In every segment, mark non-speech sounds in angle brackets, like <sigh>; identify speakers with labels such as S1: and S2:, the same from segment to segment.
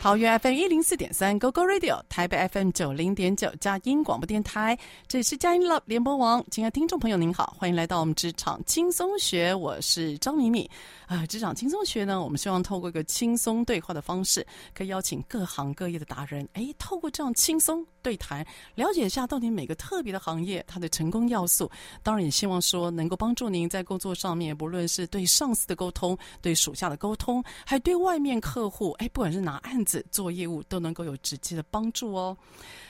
S1: 桃园 FM 一零四点三 g o g o Radio，台北 FM 九零点九佳音广播电台，这里是佳音 Love 联播网。亲爱的听众朋友，您好，欢迎来到我们职场轻松学，我是张敏敏。啊、职场轻松学呢，我们希望透过一个轻松对话的方式，可以邀请各行各业的达人，哎，透过这样轻松对谈，了解一下到底每个特别的行业它的成功要素。当然，也希望说能够帮助您在工作上面，不论是对上司的沟通、对属下的沟通，还对外面客户，哎，不管是拿案子做业务，都能够有直接的帮助哦。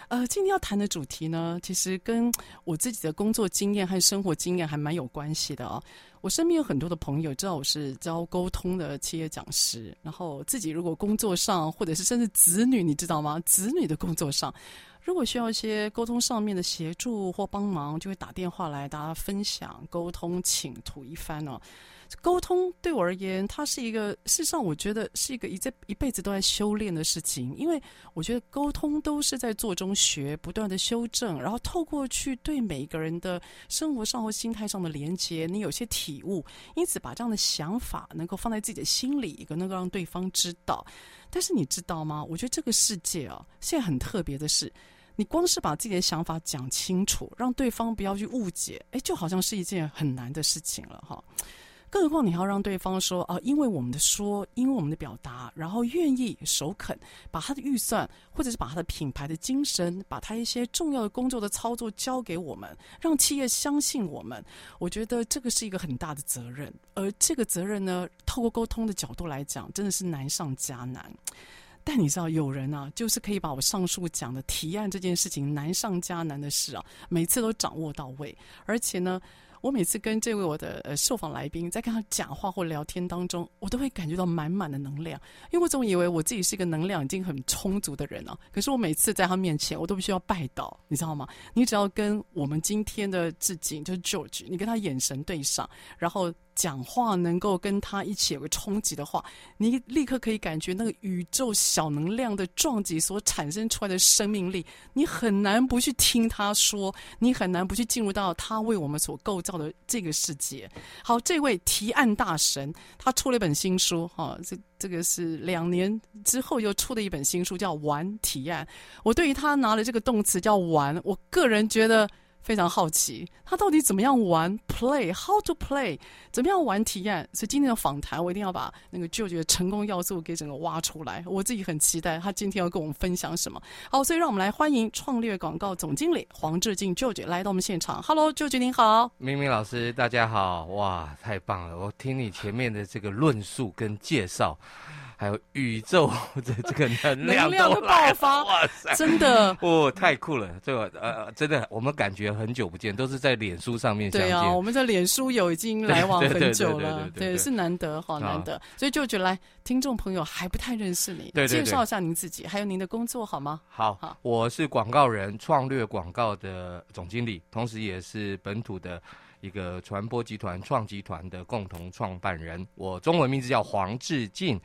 S1: 呃，今天要谈的主题呢，其实跟我自己的工作经验和生活经验还蛮有关系的哦。我身边有很多的朋友知道我是教沟通的企业讲师，然后自己如果工作上，或者是甚至子女，你知道吗？子女的工作上，如果需要一些沟通上面的协助或帮忙，就会打电话来，大家分享沟通请吐一番哦。沟通对我而言，它是一个，事实上我觉得是一个一这一辈子都在修炼的事情，因为我觉得沟通都是在做中学，不断的修正，然后透过去对每一个人的生活上或心态上的连接，你有些体悟，因此把这样的想法能够放在自己的心里，也能够让对方知道。但是你知道吗？我觉得这个世界啊，现在很特别的是。你光是把自己的想法讲清楚，让对方不要去误解，哎，就好像是一件很难的事情了哈。更何况你还要让对方说啊、因为我们的说，因为我们的表达，然后愿意首肯，把他的预算，或者是把他的品牌的精神，把他一些重要的工作的操作交给我们，让企业相信我们。我觉得这个是一个很大的责任，而这个责任呢，透过沟通的角度来讲，真的是难上加难。但你知道，有人啊，就是可以把我上述讲的提案这件事情难上加难的事啊，每次都掌握到位，而且呢，我每次跟这位我的呃受访来宾在跟他讲话或聊天当中，我都会感觉到满满的能量，因为我总以为我自己是一个能量已经很充足的人啊，可是我每次在他面前，我都必须要拜倒，你知道吗？你只要跟我们今天的致敬就是 George，你跟他眼神对上，然后讲话能够跟他一起有个冲击的话，你立刻可以感觉那个宇宙小能量的撞击所产生出来的生命力，你很难不去听他说，你很难不去进入到他为我们所构造的这个世界。好，这位提案大神，他出了一本新书，哈、这这个是两年之后又出的一本新书，叫《玩提案》。我对于他拿了这个动词叫“玩”，我个人觉得非常好奇，他到底怎么样玩 play，how to play，怎么 <laughs> 样玩提案？所以今天的访谈，我一定要把那个 George 的成功要素给整个挖出来。我自己很期待他今天要跟我们分享什么。好，所以让我们来欢迎创略广告总经理黄志敬 George 来到我们现场。Hello，George 您好。
S2: 明明老师，大家好！哇，太棒了！我听你前面的这个论述跟介绍，还有宇宙的这个能量
S1: <laughs> 能量
S2: 都
S1: 的
S2: 来
S1: 爆
S2: 了
S1: 发
S2: 哇塞！
S1: 真的，
S2: 哦，太酷了！这个呃，真的，我们感觉很久不见，都是在脸书上面相
S1: 对
S2: 见。
S1: 啊，我们这脸书友已经来往很
S2: 对对对
S1: 久了，
S2: 对对对对
S1: 是难得哈，
S2: 啊
S1: 难得。所以就觉得来，听众朋友还不太认识你，
S2: 对对对
S1: 介绍一下您自己，还有您的工作好吗？
S2: 好，
S1: 好
S2: 我是广告人创略广告的总经理，同时也是本土的一个传播集团创集团的共同创办人。我中文名字叫黄志进，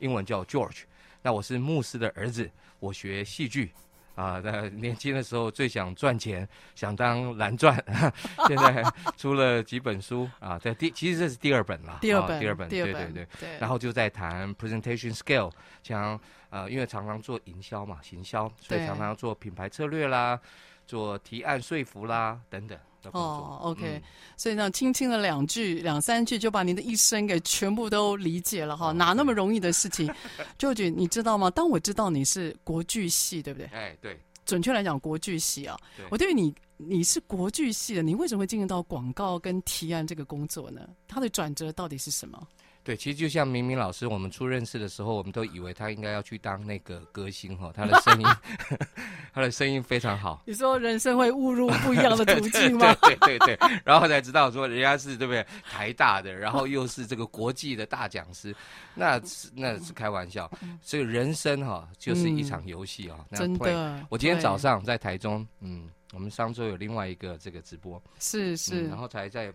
S2: 英文叫 George。那我是牧师的儿子，我学戏剧。啊，那年轻的时候最想赚钱，想当蓝钻。 <laughs> 现在出了几本书啊，在第其实这是第二本啦，
S1: 第二
S2: 啊
S1: 本，
S2: 第二本，对对对。
S1: 对
S2: 然后就在谈 presentation skill，像呃，因为常常做营销嘛，行销，所以
S1: 对
S2: 常常做品牌策略啦，做提案说服啦等等的工作。
S1: 哦，OK，、
S2: 嗯
S1: 所以呢，轻轻的两句、两三句就把您的一生给全部都理解了哈，
S2: 哦
S1: 哪那么容易的事
S2: <laughs>
S1: 情？George，你知道吗？当我知道你是国剧系，对不对？
S2: 哎，对，
S1: 准确来讲，国剧系啊
S2: 对，
S1: 我对于你你是国剧系的，你为什么会进入到广告跟提案这个工作呢？它的转折到底是什么？
S2: <laughs> 对，其实就像明明老师，我们初认识的时候，我们都以为他应该要去当那个歌星哈，他的声音， <laughs> 他的声音非常好。
S1: 你说人生会误入不一样的途
S2: <laughs>
S1: 径吗？
S2: 对对对，然后才知道说人家是对不对台大的，然后又是这个国际的大讲师，那是那是开玩笑。所以人生哈、就是一场游戏啊、那
S1: 嗯真
S2: play。
S1: 的，
S2: 我今天
S1: 对
S2: 早上在台中，嗯，我们上周有另外一个这个直播，
S1: 是
S2: 嗯，
S1: 是
S2: 然后才在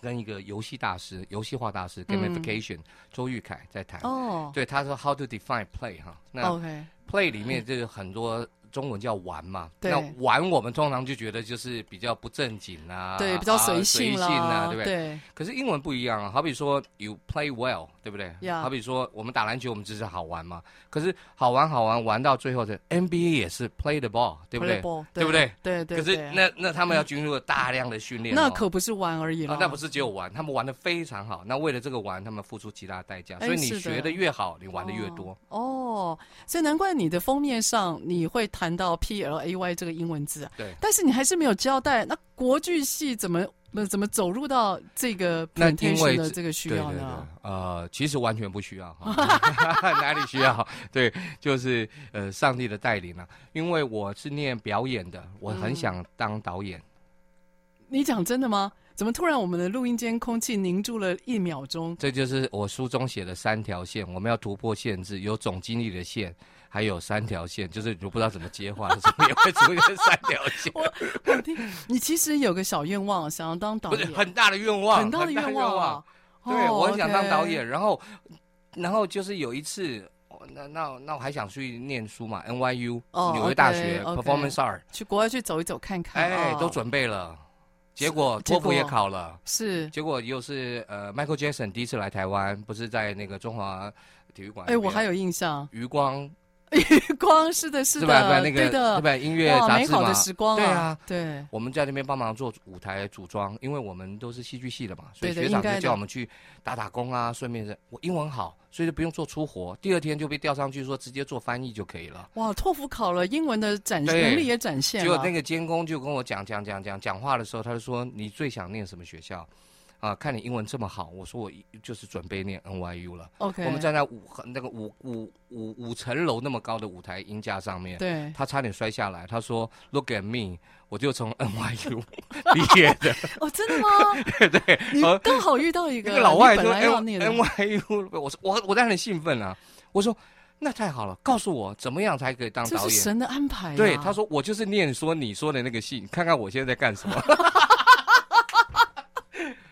S2: 跟一个游戏大师、游戏化大师
S1: 嗯
S2: gamification、周玉凯在谈。
S1: 哦
S2: 对，他说 how to define play 哈，那
S1: ，OK，
S2: play 里面就是很多中文叫玩嘛，
S1: <laughs> 对
S2: 那玩我们通常就觉得就是比较不正经啊，
S1: 对，比较
S2: 啊随
S1: 随性
S2: 性啊，
S1: 啦，
S2: 对不对？
S1: 对，
S2: 可是英文不一样啊，好比说 you play well，对不对
S1: Yeah
S2: 好比说我们打篮球，我们只是好玩嘛，可是好玩好玩玩到最后的 NBA 也是 play the ball，对不对？
S1: Playable，
S2: 对不对？
S1: 对对。
S2: 可是
S1: 对
S2: 那那他们要进入了大量的训练哦、
S1: <laughs> 那可不是玩而已了
S2: 啊，，那不是只有玩，他们玩的非常好。那为了这个玩，他们付出极大的代价。
S1: 哎
S2: 所以你
S1: 是的
S2: 学的越好，你玩的越多。
S1: 哦哦，所以难怪你的封面上你会谈到 P L A Y 这个英文字啊，
S2: 对
S1: 但是你还是没有交代那国剧系怎么呃怎么走入到这个
S2: 那因
S1: presentation
S2: 为
S1: 的
S2: 这
S1: 这个需要呢？，
S2: 呃，其实完全不需要，哈 <laughs> 哪里需要？ <laughs> 对，就是呃，上帝的带领啊。因为我是念表演的，我
S1: 嗯
S2: 很想当导演。
S1: 你讲真的吗？怎么突然我们的录音间空气凝住了一秒钟？ <laughs>
S2: 这就是我书中写的三条线，我们要突破限制，有总经理的线，还有三条线，就是你不知道怎么接话 <laughs> 的时候，也会出现三条线。
S1: 我听你其实有个小愿望，想要当导
S2: 不是
S1: 演，
S2: 很大的愿望，
S1: 很大的愿望啊。
S2: 对，
S1: 哦
S2: 我很想当导
S1: OK
S2: 演，然后，然后就是有一次，哦那那那我还想去念书嘛，NYU
S1: 哦
S2: 纽约大学
S1: OK，OK
S2: Performance Art，
S1: 去国外去走一走看看，
S2: 哎，
S1: 哦
S2: 都准备了，结果
S1: 结
S2: 托
S1: 果
S2: 福也考了，
S1: 是。
S2: 结果又是呃 Michael Jackson 第一次来台湾，不是在那个中华体育馆那
S1: 哎，
S2: 边，
S1: 我还有印象，
S2: 余光
S1: 余光是的，是
S2: 是
S1: 的，
S2: 吧？吧？那
S1: 对
S2: 个
S1: 的
S2: 是，吧？音乐
S1: 哇，
S2: 杂
S1: 美
S2: 志
S1: 好
S2: 嘛
S1: 的，时光
S2: 对啊，
S1: 对，
S2: 我们在那边帮忙做舞台组装，因为我们都是戏剧系的嘛，所以
S1: 对
S2: 学
S1: 的
S2: 长
S1: 应该
S2: 就
S1: 的
S2: 叫我们去打打工啊，顺便是我英文好，所以就不用做出活，第二天就被调上去说直接做翻译就可以了。
S1: 哇，托福考了，英文的展
S2: 对
S1: 能力也展现
S2: 结果
S1: 了，
S2: 那个监工就跟我讲讲讲讲讲话的时候，他就说你最想念什么学校？啊，看你英文这么好，我说我一就是准备念 NYU 了。
S1: OK，
S2: 我们站在五那个五五五五层楼那么高的舞台音架上面，
S1: 对，
S2: 他差点摔下来。他说：“Look at me，我就从 NYU 毕业的。”
S1: 哦，真的吗？
S2: <laughs> 对，
S1: 你
S2: 呃
S1: 刚好遇到一
S2: 那
S1: 个
S2: 个老外
S1: 你
S2: 说
S1: 本来要
S2: N
S1: 念的
S2: NYU，我说我我当然很兴奋啊，我说那太好了，告诉我怎么样才可以当
S1: 这
S2: 导
S1: 是
S2: 演？
S1: 神的安排啊。
S2: 对，他说我就是念说你说的那个戏，你看看我现在在干什么。 <laughs>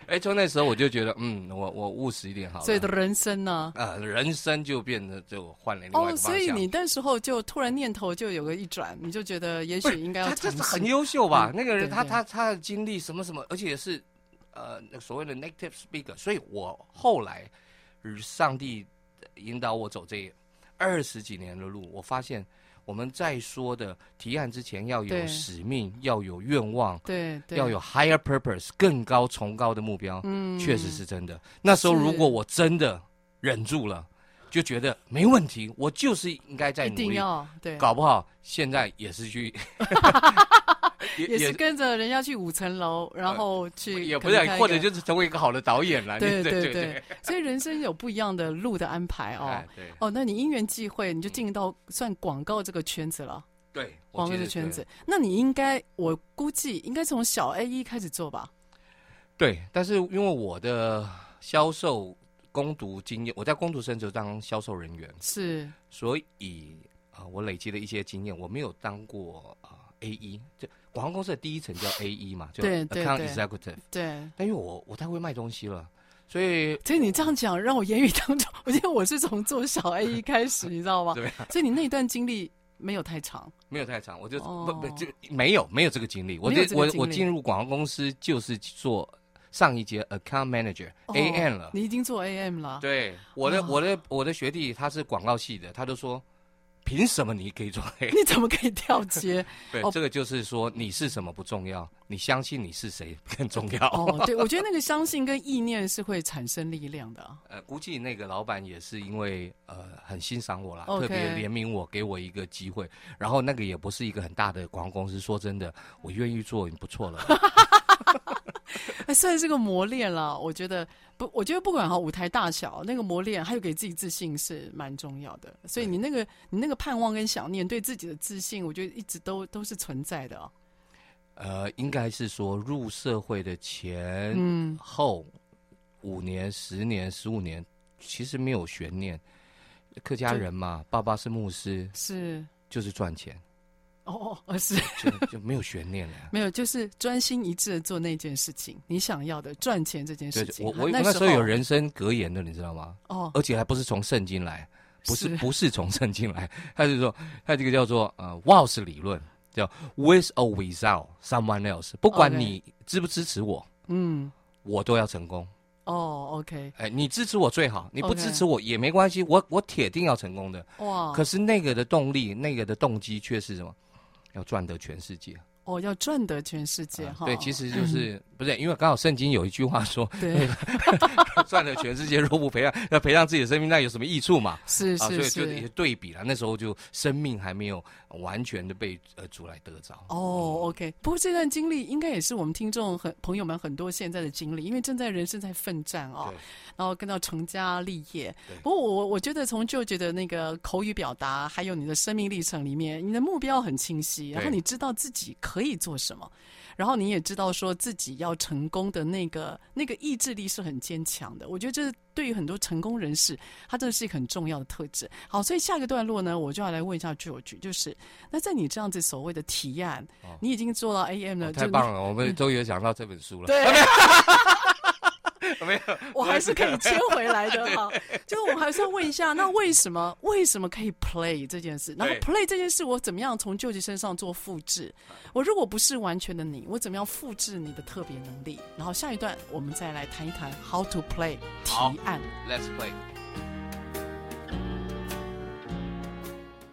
S2: 哎，从那时候我就觉得，嗯，我我务实一点好了。
S1: 所以的人生呢？
S2: 呃，人生就变得就换了另外一
S1: 哦，
S2: 个方向。
S1: 所以你那时候就突然念头就有个一转，你就觉得也
S2: 不
S1: 许
S2: 是
S1: 应该要
S2: 他这
S1: 尝
S2: 是很
S1: 试。
S2: 优秀吧？
S1: 嗯
S2: 那个人
S1: 对
S2: 他
S1: 对
S2: 他他的经历什么什么，而且是呃那所谓的 native speaker，所以我后来呃上帝引导我走这二十几年的路，我发现我们在说的提案之前要
S1: 对
S2: 有使命，要有愿望。
S1: 对对，
S2: 要有 higher purpose 更高崇高的目标，
S1: 嗯
S2: 确实是真的。那时候
S1: 是
S2: 如果我真的忍住了，就觉得没问题，我就是应该再
S1: 一
S2: 努力。
S1: 定要对，
S2: 搞不好现在也是
S1: <laughs>
S2: 去，也呃
S1: 也是跟着人家去五层楼，然后去
S2: 也不
S1: 可能
S2: 是
S1: 看，一
S2: 或
S1: 个
S2: 者就是成为一个好的导演了。
S1: 对
S2: 你 <laughs>
S1: 对
S2: 对
S1: 对，所以人生有不一样的路的安排哦
S2: 哎。对
S1: 哦，那你因缘际会，你就进到算广告这个圈子了，
S2: 对，嗯我
S1: 广告
S2: 记
S1: 这
S2: 得
S1: 个圈子
S2: 对。
S1: 那你应该，我估计应该从小 A 一开始做吧？
S2: 对，但是因为我的销售攻读经验，我在攻读生就当销售人员，
S1: 是
S2: 所以啊、呃我累积了一些经验，我没有当过啊 A 一，就广告公司的第一层叫 A 一嘛，就
S1: 对对
S2: Account
S1: 对
S2: Executive，
S1: 对。
S2: 但因为我我太会卖东西了，所以
S1: 所以你这样讲，让我言语当中，我觉得我是从做小
S2: <laughs>
S1: A 一开始，你知道吗？
S2: 对啊
S1: 所以你那一段经历没有太长，
S2: 没有太长，我就、
S1: 哦
S2: 不不就没有没有这个经历。我
S1: 没有这个
S2: 我
S1: 经历
S2: 我进入广告公司就是做上一节 account manager、
S1: 哦
S2: AM 了。
S1: 你已经做 AM 了。
S2: 对，我的、
S1: 哦
S2: 我的我的学弟他是广告系的，他就说，凭什么你可以做 A？
S1: <laughs> 你怎么可以跳接？
S2: <laughs> 对，
S1: 哦
S2: 这个就是说你是什么不重要，你相信你是谁更重要。
S1: 哦，对，我觉得那个相信跟意念是会产生力量的啊。
S2: 呃，估计那个老板也是因为呃很欣赏我啦
S1: OK
S2: 特别怜悯我，给我一个机会。然后那个也不是一个很大的广告公司，说真的，我愿意做已经不错了。
S1: 哎，算是个磨练了。我觉得不，我觉得不管哈舞台大小，那个磨练还有给自己自信是蛮重要的。所以你那个你那个盼望跟想念，对自己的自信，我觉得一直都都是存在的哦。
S2: 呃，应该是说入社会的前、
S1: 嗯
S2: 后五年、十年、十五年，其实没有悬念。客家
S1: 对
S2: 人嘛，爸爸是牧师，
S1: 是
S2: 就是赚钱， <laughs>
S1: 哦哦，呃是 <laughs>
S2: 就就没有悬念了。
S1: 没有，就是专心一致的做那件事情，你想要的赚钱这件
S2: 对
S1: 事，情。
S2: 我
S1: 啊
S2: 我
S1: 那
S2: 那时候有人生格言的，你知道吗？
S1: 哦，
S2: 而且还不是从圣经来，不是
S1: 是
S2: 不是从圣经来，他就说 <laughs> 他这个叫做呃 WAS 理论，叫 with or without someone else，不管
S1: OK
S2: 你支不支持我，
S1: 嗯
S2: 我都要成功。
S1: 哦，OK，
S2: 哎，你支持我最好，你不
S1: OK 哦
S2: 支持我也没关系，我我铁定要成功的。
S1: 哇，
S2: 可是那个的动力，那个的动机却是什么？要赚得全世界。
S1: 哦要赚得全世界
S2: 啊
S1: 哈。
S2: 对，其实
S1: <laughs>
S2: 就是不是，因为刚好圣经有一句话说， <laughs>
S1: 对，
S2: 赚了全世界若不培养，要培养自己的生命，那有什么益处嘛？
S1: 是
S2: 啊，所
S1: 是
S2: 以就是也。对比了。那时候就生命还没有完全的被呃主来得着。
S1: 哦、o k 不过这段经历应该也是我们听众很朋友们很多现在的经历，因为正在人生在奋战哦，然后跟到成家立业
S2: 对。
S1: 不过我我觉得从舅舅的那个口语表达，还有你的生命历程里面，你的目标很清晰，然后你知道自己可以做什么，然后你也知道说自己要成功的那个那个意志力是很坚强的。我觉得这是对于很多成功人士，它真的是一个很重要的特质。好，所以下个段落呢，我就要来问一下舅舅，就是那在你这样子所谓的提案，
S2: 哦
S1: 你已经做到 AM 了，
S2: 哦
S1: 就嗯
S2: 太棒了，我们终于讲到这本书了。
S1: 对。 <laughs>
S2: 没有，
S1: 我还是可以接回来的哈。就是我还是要问一下，那为什么为什么可以 play 这件事？然后
S2: 对啊
S1: play 这件事，我怎么样从舅舅身上做复制？我如果不是完全的你，我怎么样复制你的特别能力？然后下一段我们再来谈一谈 how to play
S2: 好
S1: 提案。
S2: <laughs> Let's play。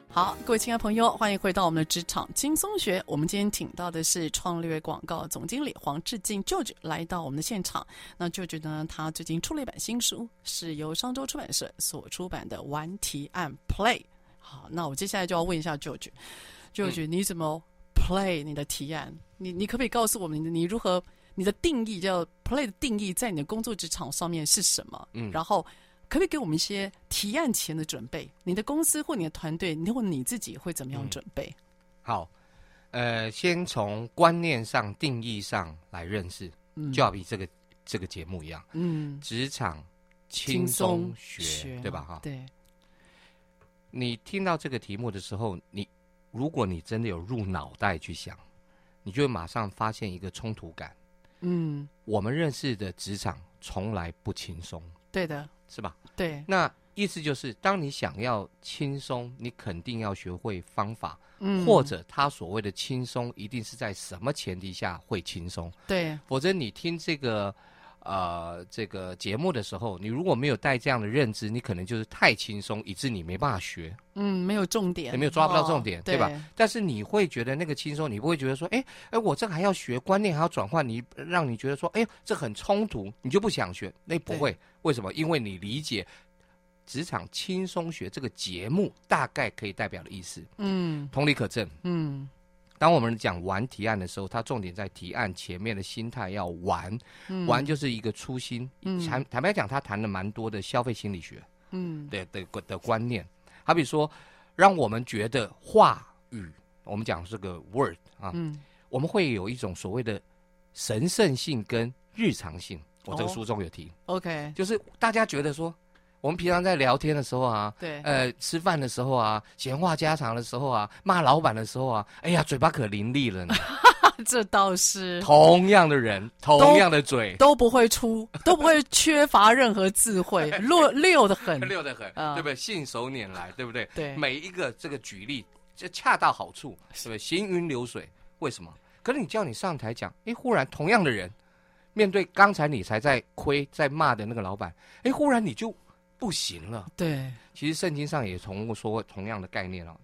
S1: 好，各位亲爱朋友，欢迎回到我们的职场轻松学。我们今天请到的是创略广告总经理黄志敬舅舅来到我们的现场。那舅舅呢，他最近出了一本新书，是由商周出版社所出版的《玩提案 Play》。好，那我接下来就要问一下舅舅，舅舅你怎么 play 你的提案？你你可不可以告诉我们，你如何你的定义叫 play 的定义在你的工作职场上面是什么？
S2: 嗯
S1: 然后可不可以给我们一些提案前的准备？你的公司或你的团队，你或你自己会怎
S2: 嗯
S1: 么样准备？
S2: 好，呃，先从观念上、定义上来认识，
S1: 嗯，
S2: 就好比这个这个节目一样，
S1: 嗯，
S2: 职场轻
S1: 轻
S2: 松
S1: 松
S2: 学，对吧？哈，
S1: 对，
S2: 你听到这个题目的时候，你如果你真的有入脑袋去想，你就会马上发现一个冲突感。
S1: 嗯，
S2: 我们认识的职场从来不轻松，
S1: 对的，
S2: 是吧？
S1: 对，
S2: 那意思就是，当你想要轻松，你肯定要学会方法，
S1: 嗯，
S2: 或者他所谓的轻松，一定是在什么前提下会轻松？
S1: 对，
S2: 否则你听这个呃这个节目的时候，你如果没有带这样的认知，你可能就是太轻松，以致你没办法学。
S1: 嗯，没有重点，
S2: 也没有抓不到
S1: 哦
S2: 重点对吧？但是你会觉得那个轻松，你不会觉得说，哎哎，我这个还要学观念，还要转换，你让你觉得说，哎，这很冲突，你就不想学。那不会，为什么？因为你理解。职场轻松学这个节目大概可以代表的意思，
S1: 嗯
S2: 同理可证。
S1: 嗯
S2: 当我们讲玩提案的时候，它重点在提案前面的心态要玩，
S1: 嗯，
S2: 玩就是一个初心。
S1: 嗯
S2: 坦坦白讲，他谈了蛮多的消费心理学
S1: 嗯
S2: 的的的的观念，好比说，让我们觉得话语，我们讲这个 word 啊，
S1: 嗯
S2: 我们会有一种所谓的神圣性跟日常性。我这个
S1: 哦
S2: 书中有提，
S1: ，OK，
S2: 就是大家觉得说，我们平常在聊天的时候啊，
S1: 对，
S2: 呃，吃饭的时候啊，闲话家常的时候啊，骂老板的时候啊，哎呀，嘴巴可伶俐
S1: <laughs>
S2: 了呢。
S1: <laughs> 这倒是
S2: 同样的人，同样的嘴，
S1: 都不会出，都不会缺乏任何智慧，
S2: <laughs>
S1: 溜溜的很，
S2: 溜得很，
S1: 啊
S2: 对不对？信手拈来，对不对？
S1: 对
S2: 每一个这个举例，这恰到好处，对不对？行云流水，为什么？可是你叫你上台讲，哎，忽然同样的人，面对刚才你才在亏在骂的那个老板，哎，忽然你就不行了。
S1: 对，
S2: 其实圣经上也同说过同样的概念啊，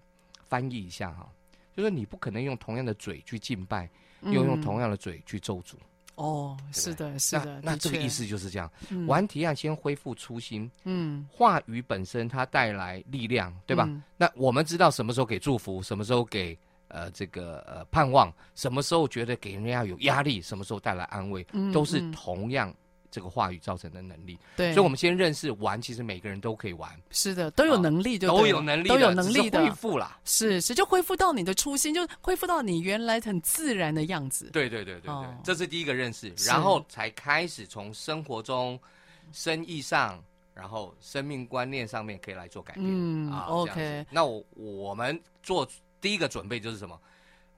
S2: 翻译一下哈、就是你不可能用同样的嘴去敬拜，
S1: 嗯
S2: 又用同样的嘴去咒诅。
S1: 哦，
S2: 对
S1: 是的，是的，
S2: 那那
S1: 的
S2: 这个
S1: 确
S2: 意，思就是这样。
S1: 嗯
S2: 玩提案先恢复初心，
S1: 嗯，
S2: 话语本身它带来力量，对吧？
S1: 嗯
S2: 那我们知道什么时候给祝福，什么时候给呃这个呃盼望，什么时候觉得给人家有压力，什么时候带来安慰，
S1: 嗯
S2: 都是
S1: 嗯
S2: 同样这个话语造成的能力。
S1: 对，
S2: 所以，我们先认识玩，其实每个人都可以玩，
S1: 是的，都有
S2: 啊
S1: 能力就对了，
S2: 都有能力的，
S1: 都有能
S2: 只
S1: 力
S2: 是恢
S1: 的，
S2: 复啦。
S1: 是是，就恢复到你的初心，就恢复到你原来很自然的样子。
S2: 对对对对对，
S1: 哦
S2: 这是第一个认识，
S1: 是
S2: 然后才开始从生活中、生意上，然后生命观念上面可以来做改变。
S1: 嗯
S2: 啊这样子
S1: OK
S2: 那我我们做第一个准备就是什么？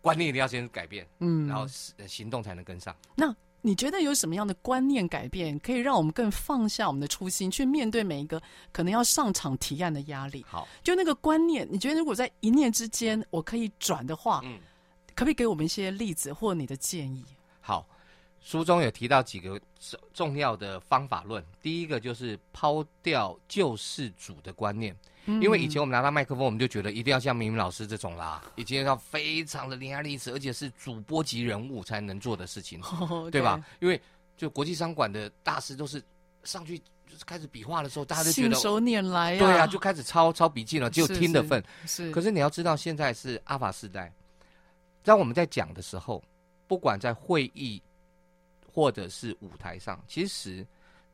S2: 观念一定要先改变，
S1: 嗯，
S2: 然后是呃行动才能跟上。
S1: 那你觉得有什么样的观念改变，可以让我们更放下我们的初心，去面对每一个可能要上场提案的压力？
S2: 好，
S1: 就那个观念，你觉得如果在一念之间我可以转的话，
S2: 嗯，
S1: 可不可以给我们一些例子或你的建议？ <laughs>
S2: 好。书中有提到几个重重要的方法论，第一个就是抛掉救世主的观念。
S1: 嗯
S2: 因为以前我们拿到麦克风，我们就觉得一定要像明明老师这种啦，已经要非常的伶牙俐齿，而且是主播级人物才能做的事情，
S1: 哦，
S2: 对吧？？因为就国际商馆的大师都是上去就是开始比划的时候，大家就觉
S1: 信
S2: 得
S1: 手拈来呀、
S2: 对啊，就开始抄抄笔记了，只有
S1: 是
S2: 听的份。
S1: 是
S2: 可是你要知道，现在是阿法时代，当我们在讲的时候，不管在会议或者是舞台上，其实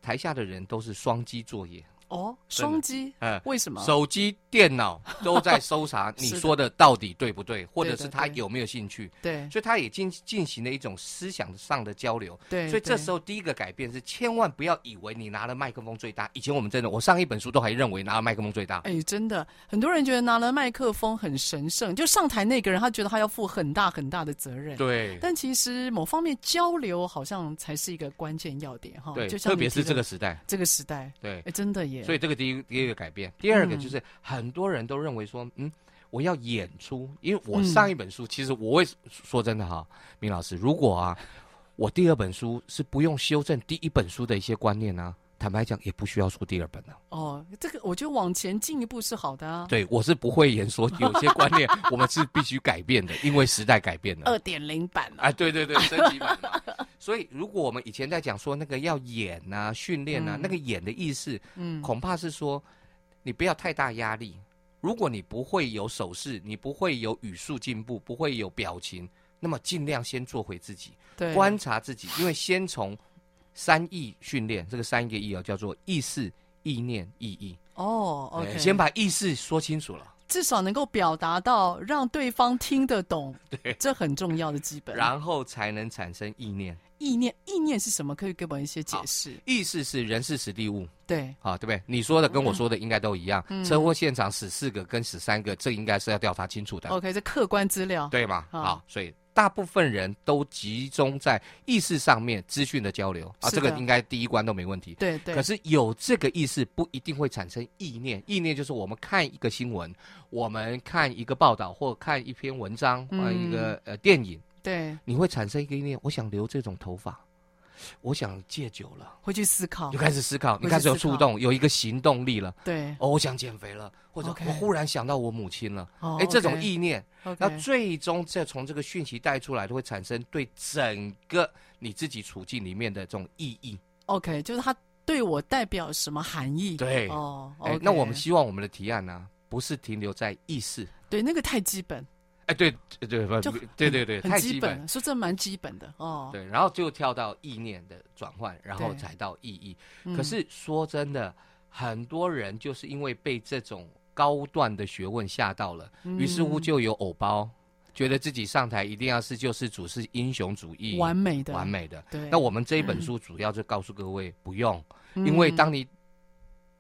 S2: 台下的人都是双击作业，
S1: 哦，
S2: 真的
S1: 双击
S2: 嗯。
S1: 为什么？
S2: 手机、电脑都在搜查你
S1: 是的
S2: 说的到底对不对，或者是他
S1: 对对对
S2: 有没有兴趣，
S1: 对
S2: 所以他也进进行了一种思想上的交流。
S1: 对，
S2: 所以这时
S1: 候
S2: 候第一个改变是，千万不要以为你拿了麦克风最大。以前我们真的，我上一本书都还认为拿了麦克风最大，
S1: 哎，真的很多人觉得拿了麦克风很神圣，就上台那个人他觉得他要负很大很大的责任。
S2: 对
S1: 但其实某方面交流好像才是一个关键要点哈，
S2: 对，
S1: 哦就像
S2: 特
S1: 你
S2: 别
S1: 提
S2: 是这
S1: 的
S2: 个时代，
S1: 这个时代，
S2: 对，
S1: 哎，真的耶，
S2: 所以这个第一第一个改变，第二个
S1: 嗯
S2: 就是很多人都认为说，嗯，我要演出，因为我
S1: 嗯
S2: 上一本书，其实我会说真的哈，明老师，如果啊，我第二本书是不用修正第一本书的一些观念啊，坦白讲也不需要出第二本了、啊
S1: 哦，这个我觉得往前进一步是好的啊。
S2: 对我是不会演说，有些观念 <laughs> 我们是必须改变的，因为时代改变了。
S1: 二点零版了、
S2: 啊，对对对，升级版
S1: <laughs>
S2: 嘛。所以，如果我们以前在讲说那个要演啊、训练啊，
S1: 嗯
S2: 那个演的意思，
S1: 嗯，
S2: 恐怕是说你不要太大压力。如果你不会有手势，你不会有语速进步，不会有表情，那么尽量先做回自己，
S1: 对，
S2: 观察自己，因为先从三意训练，这个三个意哦，叫做意识、意念、意义。
S1: 哦
S2: 哎
S1: ，OK，
S2: 先把意识说清楚了，
S1: 至少能够表达到让对方听得
S2: <laughs>
S1: 懂，对，这很重要的基本。
S2: 然后才能产生意念。
S1: 意念，意念是什么？可以给我们一些解
S2: 好
S1: 释。
S2: 意识是人事实地物，
S1: 对，
S2: 啊，对不对？你说的跟我说的应该都一样。
S1: 嗯
S2: 车祸现场死四个跟死三个，这应该是要调查清楚的，
S1: OK，这客观资料。
S2: 对吗？
S1: 哦好
S2: 好，所以大部分人都集中在意识上面资讯的交流啊，
S1: 是
S2: 这个
S1: 的
S2: 应该第一关都没问题。
S1: 对对
S2: 可是有这个意识，不一定会产生意念。意念就是我们看一个新闻，我们看一个报道，或看一篇文章，
S1: 嗯
S2: 或一个、呃电影，
S1: 对，
S2: 你会产生一个意念：我想留这种头发，我想戒酒了，
S1: 会去思考
S2: 你。开始思考，你
S1: 哦会去
S2: 开始有
S1: 思考
S2: 触动，有一个行动力了。
S1: 对，
S2: 哦，我想减肥了，或者
S1: OK
S2: 我忽然想到我母亲了，
S1: 哦
S2: 哎，这种意念，
S1: ，OK，
S2: 那最终这从这个讯息带出来的，会产生对整个你自己处境里面的这种意义。
S1: OK，就是它对我代表什么含义？
S2: 对
S1: 哦
S2: 哎
S1: OK，
S2: 那我们希望我们的提案呢、不是停留在意识。
S1: 对那个太基本，
S2: 哎，对对对不
S1: 就
S2: 对对对，
S1: 很
S2: 太
S1: 基
S2: 基
S1: 本，。说这蛮基本的哦。
S2: 对，然后就跳到意念的转换，然后
S1: 对
S2: 才到意义。
S1: 嗯
S2: 可是说真的，很多人就是因为被这种高段的学问吓到了，
S1: 嗯
S2: 于是乎就有偶包，觉得自己上台一定要是救世主，是英雄主义，
S1: 嗯完美的，
S2: 完。美的。
S1: 对，
S2: 那我们这一本书主要就告诉各位，不用，
S1: 嗯
S2: 因为当你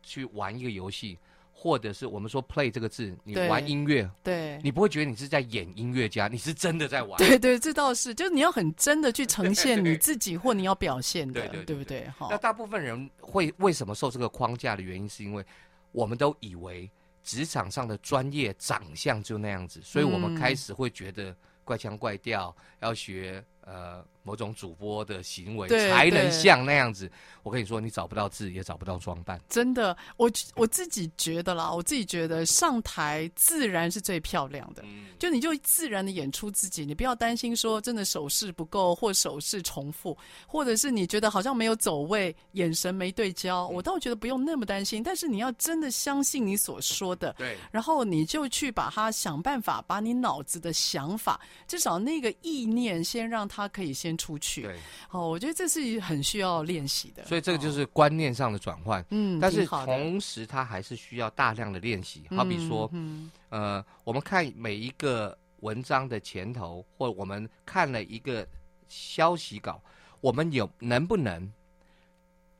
S2: 去玩一个游戏，或者是我们说 play 这个字，你
S1: 对
S2: 玩音乐，
S1: 对
S2: 你不会觉得你是在演音乐家，你是真的在玩。
S1: <laughs> 对对，这倒是，就是你要很真的去
S2: <laughs>
S1: 呈现你自己或你要表现的
S2: 对，对对
S1: 对不对？哈
S2: 那，大部分人会为什么受这个框架的原因，是因为我们都以为职场上的专业长相就那样子，所以我们
S1: 嗯
S2: 开始会觉得怪腔怪调，要学呃某种主播的行为
S1: 对
S2: 才能
S1: 对
S2: 像那样子。我跟你说，你找不到字，也找不到装扮。
S1: 真的，我我自己觉得啦，我自己觉得上台自然是最漂亮的，
S2: 嗯，
S1: 就你就自然的演出自己，你不要担心说真的手势不够或手势重复，或者是你觉得好像没有走位，眼神没对焦，
S2: 嗯
S1: 我倒觉得不用那么担心，但是你要真的相信你所说的，
S2: 对，
S1: 然后你就去把它想办法，把你脑子的想法，至少那个意念先让它可以先出去。
S2: 对，
S1: 哦，我觉得这是很需要练习的。
S2: 所以这个就
S1: 哦
S2: 是观念上的转换。
S1: 嗯，
S2: 但是
S1: 挺好的
S2: 同时，它还是需要大量的练习。好比说，
S1: 嗯
S2: 呃，我们看每一个文章的前头，或我们看了一个消息稿，我们有能不能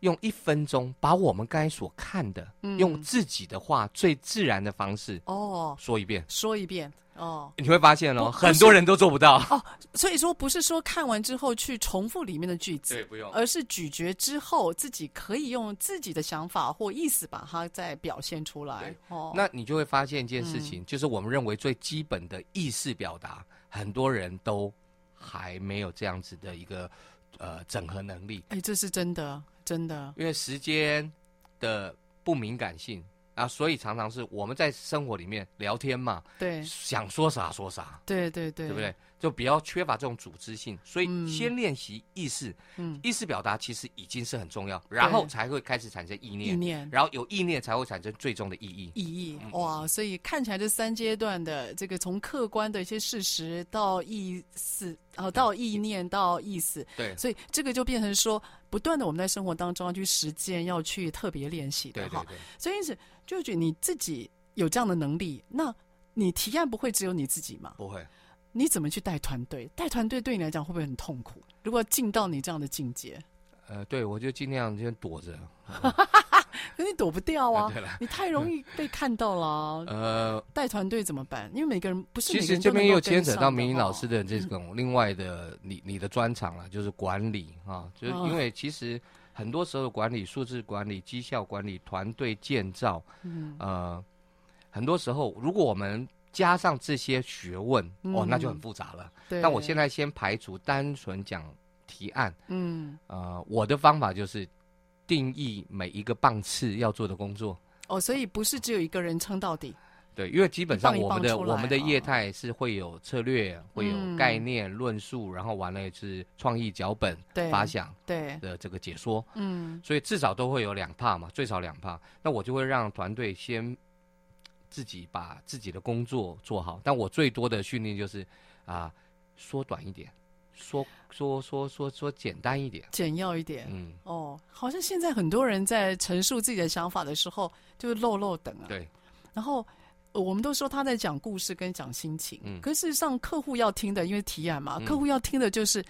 S2: 用一分钟把我们刚才所看的，
S1: 嗯
S2: 用自己的话最自然的方式
S1: 哦，
S2: 说一遍？
S1: 说一遍哦，
S2: 你会发现哦，
S1: 不
S2: 很
S1: 不是哦
S2: 多人都做不到。
S1: 所以说不是说看完之后去重复里面的句子，
S2: 不用
S1: 而是咀嚼之后自己可以用自己的想法或意思把它再表现出来
S2: 对。
S1: 哦，嗯
S2: 那你就会发现一件事情，就是我们认为最基本的意识表达，很多人都还没有这样子的一个呃整合能力，
S1: 哎，这是真的，真的，
S2: 因为时间的不敏感性啊，所以常常是我们在生活里面聊天嘛，
S1: 对
S2: 想说啥说啥，
S1: 对对对，
S2: 对不对？？就比较缺乏这种组织性，所
S1: 嗯
S2: 以先练习意识，
S1: 嗯，
S2: 意识表达其实已经是很重要，然后才会开始产生意
S1: 意
S2: 念，
S1: 念。
S2: 然后有意念才会产生最终的意嗯义。
S1: 意义哇，所以看起来这三阶段的这个从客观的一些事实到意思，呃，到意念到意思，
S2: 对，
S1: 所以这个就变成说，不断的我们在生活当中要去实践，要去特别练习的
S2: 对
S1: 哈
S2: 对。对。
S1: 所以因此，就觉得你自己有这样的能力，那你提案不会只有你自己吗？
S2: 不会，
S1: 你怎么去带团队？带团队对你来讲会不会很痛苦？如果进到你这样的境界，
S2: 呃，对我就尽量先躲着。，
S1: 可你躲不掉啊
S2: 对了，
S1: 你太容
S2: <laughs>
S1: 易被看到了啊、
S2: 呃，
S1: 带团队怎么办？因为每个人不是
S2: 其
S1: 每个
S2: 实
S1: 人
S2: 这
S1: 都能
S2: 边
S1: 够
S2: 又牵
S1: 跟
S2: 扯到
S1: 上的哦嗯
S2: 明宇
S1: 哈
S2: 老师的这种另外的你你的专长了，就是管理啊，就是
S1: 哦
S2: 因为其实很多时候的管理、数字管理、绩效管理、团队建造，
S1: 嗯
S2: 呃，很多时候如果我们加上这些学问，哦，那就很
S1: 嗯
S2: 复杂了。
S1: 对。
S2: 但我现在先排除单纯讲提案，
S1: 嗯，
S2: 呃，我的方法就是定义每一个棒次要做的工作。
S1: 哦，所以不是只有一个人撑到底，
S2: 对，因为基本
S1: 一
S2: 上
S1: 棒一
S2: 我们
S1: 棒
S2: 的
S1: 出
S2: 我们的
S1: 来啊
S2: 业态是会有策略，会
S1: 嗯
S2: 有概念论述，然后完了是创意脚本
S1: 对，
S2: 发想
S1: 对，
S2: 的这个解说，
S1: 嗯
S2: 所以至少都会有两帕嘛，最少两帕。那我就会让团队先自己把自己的工作做好，但我最多的训练就是啊、缩短一点，说说说说说简单一点，
S1: 简要一点。
S2: 嗯，
S1: 哦，好像现在很多人在陈述自己的想法的时候，就是漏漏等啊。
S2: 对，
S1: 然后呃我们都说他在讲故事跟讲心情，
S2: 嗯
S1: 可事实上客户要听的，因为提案嘛，
S2: 嗯
S1: 客户要听的就是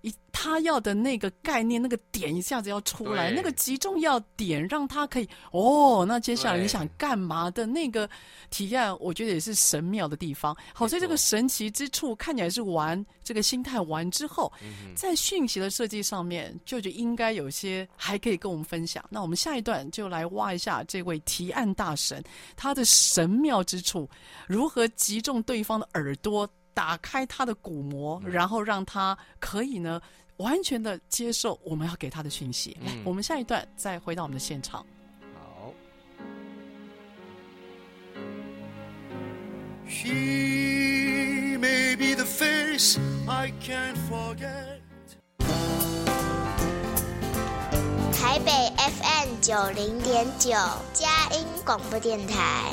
S1: 一他要的那个概念、那个点一下子要出来，
S2: 对
S1: 那个集中要点，让他可以哦，那接下来
S2: 对
S1: 你想干嘛的那个提案，我觉得也是神妙的地方。好，
S2: 没
S1: 所以这个
S2: 错
S1: 神奇之处看起来是玩这个心态玩之后，
S2: 嗯哼，
S1: 在讯息的设计上面，舅舅应该有些还可以跟我们分享。那我们下一段就来挖一下这位提案大神他的神妙之处，如何击中对方的耳朵，打开他的鼓膜，
S2: 嗯
S1: 然后让他可以呢完全的接受我们要给他的讯息。来，
S2: 嗯
S1: 我们下一段再回到我们的现场。
S2: 好。
S3: She may be the face I can't forget.
S4: 台北 FM 九零点九佳音广播电台，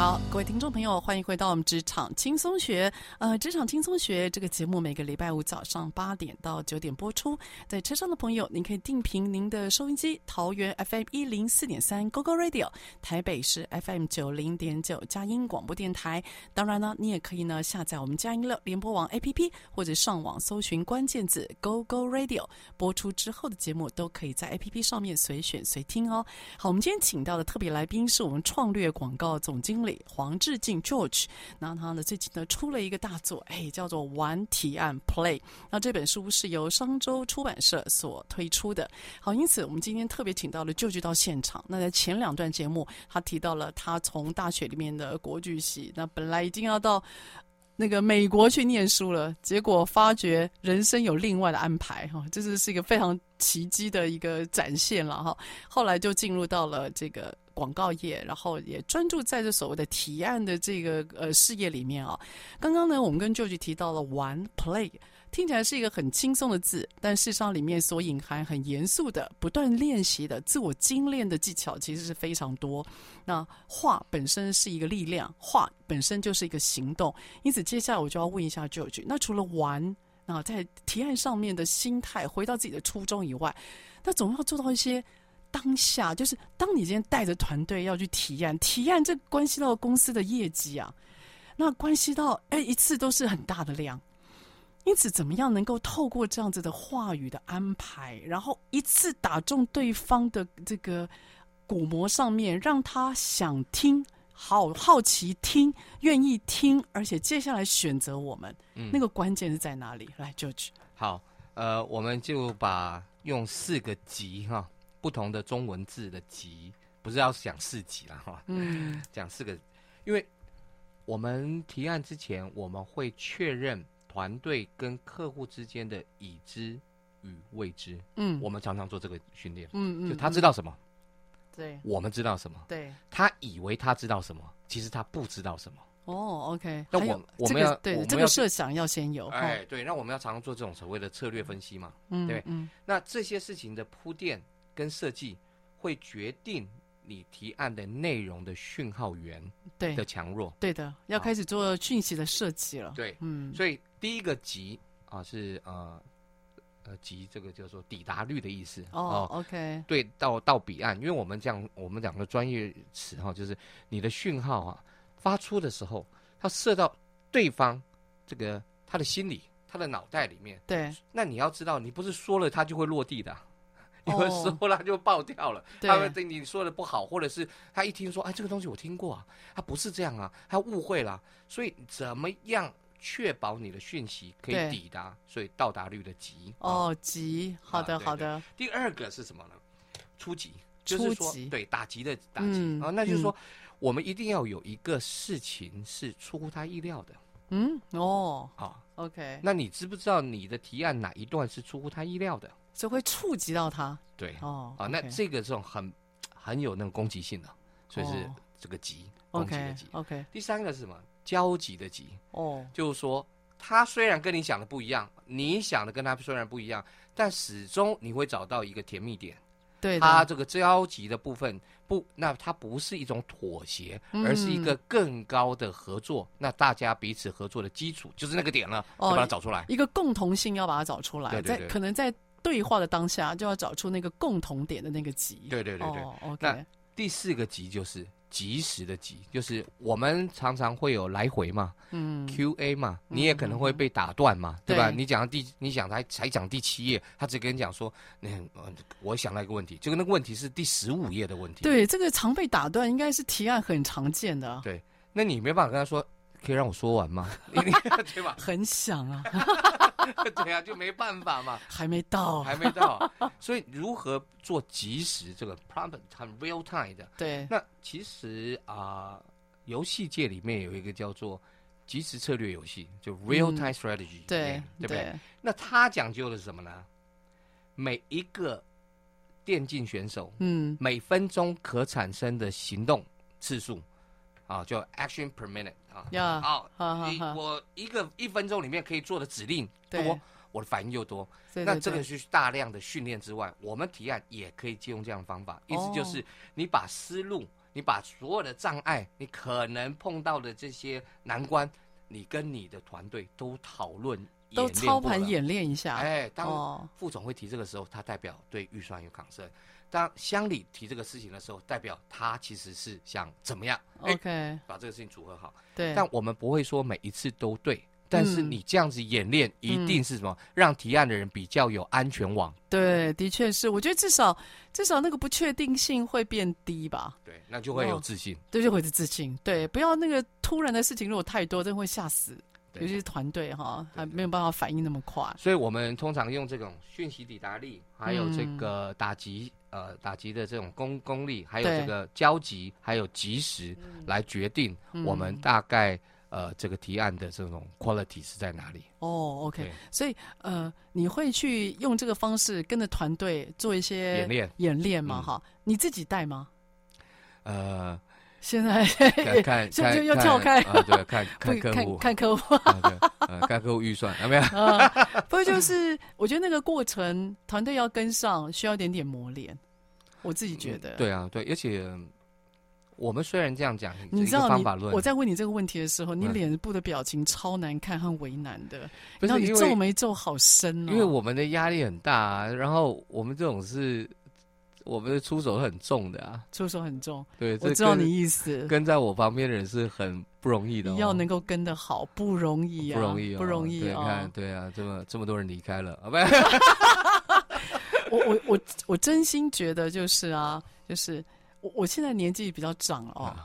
S1: 好，各位听众朋友，欢迎回到我们职场轻松学。呃，职场轻松学这个节目每个礼拜五早上八点到九点播出。在车上的朋友，您可以定频您的收音机，桃园 FM 一零四点三 GoGo Radio，台北市 FM 九零点九佳音广播电台。当然呢，你也可以呢下载我们佳音乐联播网 APP，或者上网搜寻关键字 GoGo Radio，播出之后的节目都可以在 APP 上面随选随听哦。好，我们今天请到的特别来宾是我们创略广告总经理。理黄志敬 George，那他呢最近呢出了一个大作，哎，叫做《玩提案 Play》。那这本书是由商周出版社所推出的。好，因此我们今天特别请到了 George 到现场。那在前两段节目，他提到了他从大学里面的国剧系，那本来已经要到。那个美国去念书了，结果发觉人生有另外的安排哈、这是是一个非常奇迹的一个展现了哈。后来就进入到了这个广告业，然后也专注在这所谓的提案的这个呃事业里面啊。刚刚呢，我们跟 George 提到了玩 play。听起来是一个很轻松的字，但事实上里面所隐含很严肃的、不断练习的、自我精炼的技巧，其实是非常多。那画本身是一个力量，画本身就是一个行动。因此，接下来我就要问一下 George，那除了玩，啊，在提案上面的心态，回到自己的初衷以外，那总要做到一些当下，就是当你今天带着团队要去提案，提案这关系到公司的业绩啊，那关系到哎一次都是很大的量。因此，怎么样能够透过这样子的话语的安排，然后一次打中对方的这个鼓膜上面，让他想听、好好奇听、愿意听，而且接下来选择我们，
S2: 嗯
S1: 那个关键是在哪里？来，George，
S2: 好，呃，我们就把用四个级哈，不同的中文字的级，不是要讲四级啦哈， <laughs>
S1: 嗯
S2: 讲四个，因为我们提案之前，我们会确认团队跟客户之间的已知与未知。
S1: 嗯
S2: 我们常常做这个训练，
S1: 嗯
S2: 就他知道什么，
S1: 对
S2: 我们知道什么，
S1: 对
S2: 他以为他知道什么，其实他不知道什么。
S1: 哦，OK，
S2: 那
S1: 还
S2: 我
S1: 有
S2: 我
S1: 这
S2: 们
S1: 个
S2: 要我
S1: 对
S2: 们
S1: 这个
S2: 要
S1: 设想要先有，
S2: 哎，对，那我们要常常做这种所谓的策略分析嘛。
S1: 嗯
S2: 对
S1: 嗯
S2: 那这些事情的铺垫跟设计，会决定你提案的内容的讯号源
S1: 对
S2: 的强弱。
S1: 对的，要
S2: 好
S1: 开始做讯息的设计了，
S2: 对，
S1: 嗯，
S2: 所以第一个级啊是呃呃级，这个叫做抵达率的意思
S1: 哦，OK，
S2: 对，到到彼岸，因为我们讲我们讲的专业词哈，就是你的讯号啊发出的时候，它射到对方这个他的心里、他的脑袋里面。
S1: 对
S2: 那你要知道，你不是说了它就会落地的啊，
S1: 哦
S2: 有的时候它就爆掉了。
S1: 对
S2: 他会对你说的不好，或者是他一听说哎这个东西我听过啊，它不是这样啊，他误会了啊。所以怎么样确保你的讯息可
S1: 对
S2: 以抵达，所以到达率的急啊
S1: 哦，急，好
S2: 啊
S1: 的
S2: 对
S1: 好
S2: 对
S1: 的，
S2: 第二个是什么呢？初级，就是
S1: 初
S2: 说
S1: 级
S2: 对打击的打击、
S1: 嗯
S2: 啊，那就是说、我们一定要有一个事情是出乎他意料的
S1: 嗯，哦
S2: 啊。
S1: ，OK，
S2: 那你知不知道你的提案哪一段是出乎他意料的？
S1: 所以会触及到他
S2: 对
S1: 哦。
S2: 啊，那
S1: OK
S2: 这个这种很很有那种攻击性的、所以是
S1: 哦
S2: 这个急、攻击的
S1: OK 哦
S2: 急。
S1: OK
S2: 第三个是什么？交集的集，
S1: 哦，
S2: 就是说他虽然跟你想的不一样，你想的跟他虽然不一样，但始终你会找到一个甜蜜点。
S1: 对
S2: 它
S1: 的，
S2: 这个交集的部分不，那它不是一种妥协，
S1: 嗯
S2: 而是一个更高的合作。那大家彼此合作的基础就是那个点了，
S1: 哦
S2: 要把它找出来。
S1: 一个共同性要把它找出来，
S2: 对对
S1: 在
S2: 对
S1: 可能在对话的当下就要找出那个共同点的那个集。
S2: 对对对对。
S1: 哦
S2: 那
S1: ，OK，
S2: 第四个集就是及时的集，就是我们常常会有来回嘛、
S1: 嗯
S2: q a 嘛，你也可能会被打断嘛，对吧？
S1: 对
S2: 你讲到第，你想才才讲第七页，他只跟你讲说，嗯，呃我想到一个问题，结果那个问题是第十五页的问题。
S1: 对这个常被打断，应该是提案很常见的啊，
S2: 对，那你没办法跟他说，可以让我说完吗？ <laughs> 你你对吧？ <laughs>
S1: 很想啊， <laughs>
S2: 对啊，就没办法嘛，
S1: 还没到，啊
S2: 还没到，啊所以如何做及时这个 prompt 很 real time 的？
S1: 对，
S2: 那其实啊、游戏界里面有一个叫做即时策略游戏，就 real time strategy，、
S1: 嗯
S2: 哎
S1: 对
S2: 对不对？那它讲究的是什么呢？每一个电竞选手
S1: 嗯，
S2: 每分钟可产生的行动次数啊，叫 action per minute 啊。
S1: 呀
S2: 好，
S1: 好好
S2: 一
S1: 好
S2: 我一个一分钟里面可以做的指令
S1: 对
S2: 多，我的反应又多。
S1: 对
S2: 那
S1: 对
S2: 这个
S1: 对
S2: 是大量的训练之外，我们提案也可以借用这样的方法，意思就
S1: 哦
S2: 是你把思路，你把所有的障碍，你可能碰到的这些难关，你跟你的团队都讨论，
S1: 都
S2: 演练
S1: 操
S2: 过
S1: 盘
S2: 了
S1: 演练一下，
S2: 哎，
S1: 哦
S2: 当副总会提这个时候，他代表对预算有抗生；当乡里提这个事情的时候，代表他其实是想怎么样哎
S1: ，OK，
S2: 把这个事情组合好。
S1: 对，嗯
S2: 但我们不会说每一次都对，但是你这样子演练，一定是什么、让提案的人比较有安全
S1: 哦
S2: 网。
S1: 对，的确是，我觉得至少至少那个不确定性会变低吧，
S2: 对，那就会有
S1: 哦
S2: 自信。
S1: 对，就会是自信。对，不要那个突然的事情，如果太多，真的会吓死，
S2: 对
S1: 尤其是团队哈，
S2: 对
S1: 还
S2: 对
S1: 没有办法反应那么快。
S2: 所以我们通常用这种讯息抵达力，还有这
S1: 嗯
S2: 个打击、呃打击的这种功功力，还有
S1: 对嗯
S2: 这个交集，还有及时来决定我们大概、呃这个提案的这种 quality 是在哪里。
S1: 哦，OK，
S2: 对
S1: 所以呃，你会去用这个方式跟着团队做一些
S2: 演练
S1: 演练吗？
S2: 嗯
S1: 哈、你自己带吗？ <laughs>
S2: 呃，
S1: 现在
S2: 看看
S1: 是不
S2: 看
S1: 是又
S2: 看
S1: 跳开
S2: 啊、对，
S1: <laughs>
S2: 看
S1: 不
S2: 看客户，
S1: 看
S2: <laughs>
S1: 客户，啊
S2: 啊对呃看客户预算，有没有？
S1: 不过就是我觉得那个过程团队要跟上，需要一点点磨练。我自己 <laughs> 觉得，
S2: 对啊，对，而且嗯我们虽然这样讲，这
S1: 你知
S2: 一个
S1: 道
S2: 方
S1: 你
S2: 法论，
S1: 我在问你这个问题的时候，你
S2: 嗯
S1: 脸部的表情超难看和为难的，
S2: 不
S1: 然后
S2: 是
S1: 你
S2: 因
S1: 皱
S2: 为
S1: 眉皱好深哦。
S2: 因为我们的压力很大、啊，然后我们这种是，我们的出手很重的啊。
S1: 出手很重，
S2: 对，
S1: 我
S2: 这
S1: 知道
S2: 跟
S1: 你意思，
S2: 跟在我旁边的人是很不容易的、哦，
S1: 要能够跟得好不容易
S2: 不
S1: 啊，
S2: 容易、哦，
S1: 不容易
S2: 对，你看
S1: 啊。
S2: 对啊，这么这么多人离开了，啊不，
S1: 我我我我真心觉得就是啊，就是我我现在年纪比较长了哦，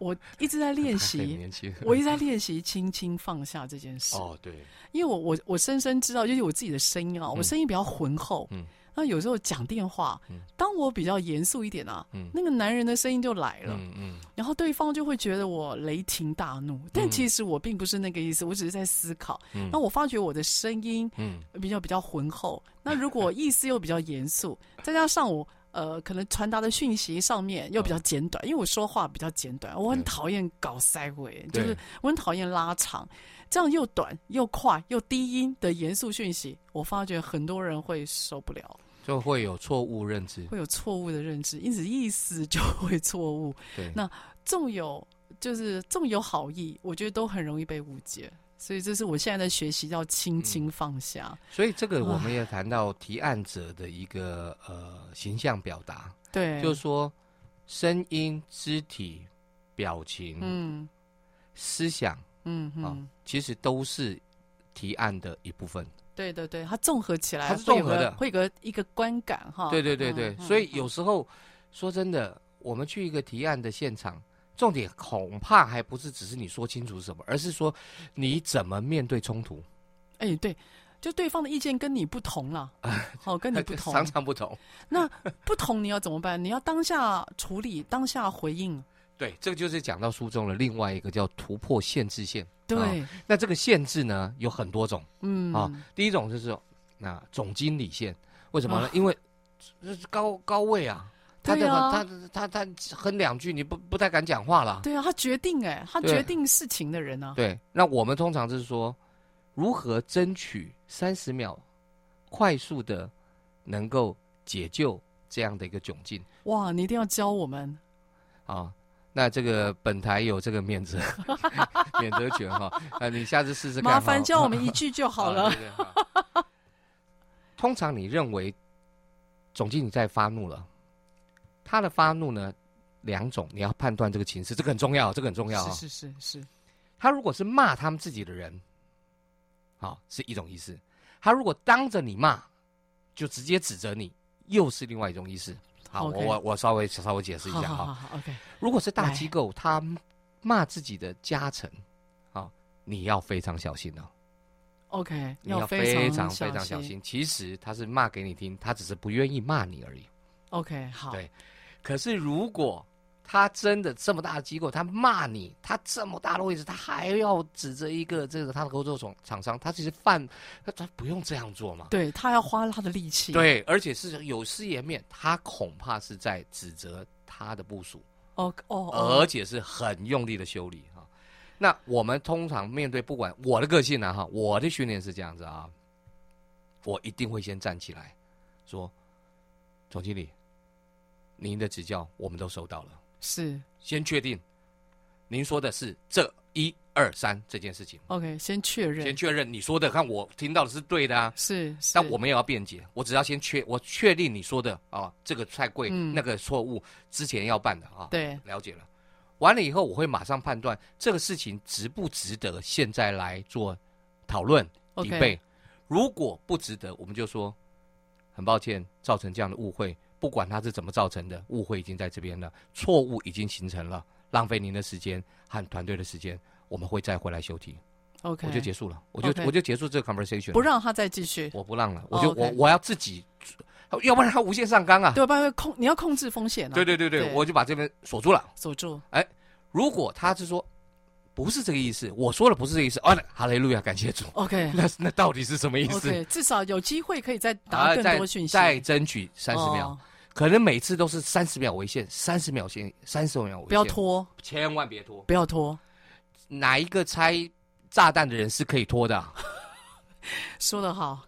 S1: 我一直在练
S2: 啊 <laughs> 很
S1: 习，
S2: 年
S1: <laughs>
S2: 轻。
S1: 我一直在练习轻轻放下这件事。
S2: 哦，对，
S1: 因为我我我深深知道，就是我自己的声音啊，我声音比较浑厚，
S2: 嗯
S1: 那有时候讲电话，
S2: 嗯
S1: 当我比较严肃一点啊，
S2: 嗯
S1: 那个男人的声音就来了，
S2: 嗯嗯，
S1: 然后对方就会觉得我雷霆大怒，但
S2: 嗯
S1: 其实我并不是那个意思，我只是在思考。
S2: 嗯
S1: 那我发觉我的声音
S2: 嗯
S1: 比较比较浑厚，那如果意思又比较严肃， <laughs> 再加上我。呃，可能传达的讯息上面又比较简短，因为我说话比较简短，我很
S2: 对
S1: 讨厌搞塞尾，就是
S2: 对
S1: 我很讨厌拉长，这样又短又快又低音的严肃讯息，我发觉很多人会受不了，
S2: 就会有错误认知。
S1: 会有错误的认知，因此意思就会错误。
S2: 对，
S1: 那纵有就是纵有好意，我觉得都很容易被误解。所以这是我现在在学习，要轻
S2: 嗯
S1: 轻放下。
S2: 所以这个
S1: 啊
S2: 我们也谈到提案者的一个呃形象表达，
S1: 对，
S2: 就是说声音、肢体、表情、
S1: 嗯
S2: 思想
S1: 嗯
S2: 啊、
S1: 嗯，
S2: 其实都是提案的一部分。
S1: 对对对，它综合起来，
S2: 它是综合的
S1: 会有个会有个一个观感哈。
S2: 对对对对，
S1: 嗯嗯
S2: 所以有时候说真的，我们去一个提案的现场，重点恐怕还不是只是你说清楚什么，而是说你怎么面对冲突，
S1: 哎、对，就对方的意见跟你不同
S2: <laughs>
S1: 了，好、跟你不同，
S2: 哎常常不同。
S1: 那不同你要怎么办？你要当下处理，当下回应。
S2: 对，这个就是讲到书中的另外一个叫突破限制线。
S1: 对，
S2: 啊那这个限制呢有很多种
S1: 嗯，
S2: 啊、第一种就是那、总经理线，为什么呢？
S1: 啊
S2: 因为这是高高位啊，他
S1: 对
S2: 的、
S1: 啊
S2: 他他他他哼两句，你不不太敢讲话了。
S1: 对啊，他决定哎、他
S2: 对
S1: 决定事情的人啊，
S2: 对，那我们通常是说，如何争取三十秒，快速的能够解救这样的一个窘境
S1: 哇，你一定要教我们。
S2: 啊。那这个本台有这个免
S1: <laughs>
S2: 责免责权哈，啊，你下次试试看哈。
S1: 麻烦教我们一
S2: 啊
S1: 句就好了。
S2: 对对好通常你认为总经理在发怒了，他的发怒呢两种，你要判断这个情势，这个很重要，这个很重要啊。
S1: <laughs> 是是是是，
S2: 他如果是骂他们自己的人，好、是一种意思；他如果当着你骂，就直接指责你，又是另外一种意思。好
S1: OK
S2: 我我我稍微稍微解释一下
S1: 好好
S2: 哈、
S1: 好好，OK，
S2: 如果是大
S1: 来
S2: 机构，他骂自己的家臣，啊、你要非常小心哦，
S1: OK，
S2: 你要
S1: 非
S2: 非常非常
S1: 小
S2: 小。心。其实他是骂给你听，他只是不愿意骂你而已。
S1: OK，好，
S2: 对可是如果他真的这么大的机构，他骂你，他这么大的位置，他还要指着一个这个他的合作厂厂商，他其实犯，他他不用这样做嘛。
S1: 对他要花他的力气。，
S2: 对，而且是有失颜面，他恐怕是在指责他的部署，
S1: 哦哦
S2: 而
S1: 哦，
S2: 且是很用力的修理哈、那我们通常面对不管我的个性呢、哈，我的训练是这样子啊，我一定会先站起来说，总经理，您的指教我们都收到了。
S1: 是
S2: 先确定您说的是这一二三这件事情，
S1: OK，先确
S2: 先
S1: 认，
S2: 确认你说的，看我听到的是对的啊。
S1: 是是。
S2: 但我们也要辩解，我只要先确我确定你说的啊，这个太贵，
S1: 嗯
S2: 那个错误之前要办的啊。，
S1: 对
S2: 了解了。完了以后，我会马上判断这个事情值不值得现在来做讨论、
S1: OK
S2: 抵背。如果不值得，我们就说很抱歉，造成这样的误会。不管它是怎么造成的，误会已经在这边了，错误已经形成了，浪费您的时间和团队的时间，我们会再回来修题。
S1: OK，
S2: 我就结束了，我就
S1: OK
S2: 我就结束这个 conversation，
S1: 不让他再继续，
S2: 我不让了，
S1: 哦
S2: 我就、
S1: OK
S2: 我我要自己，要不然它无限上纲啊。
S1: 对，不然会控，你要控制风险啊。
S2: 对对对对，
S1: 对
S2: 我就把这边锁住了。
S1: 锁住。
S2: 如果他是说不是这个意思，我说了不是这个意思，啊，哈雷路亚，感谢主。 <laughs>
S1: OK
S2: 那那到底是什么意思？
S1: OK，至少有机会可以再
S2: 啊
S1: 拿更
S2: 再
S1: 多讯息。
S2: 再争取三十秒
S1: 哦，，
S2: 可能每次都是三十秒为限，三十秒限，三十秒为限，
S1: 不要，拖，
S2: 千万别拖。
S1: 不要拖。
S2: 哪一个拆炸弹的人是可以拖的啊？
S1: 说得好，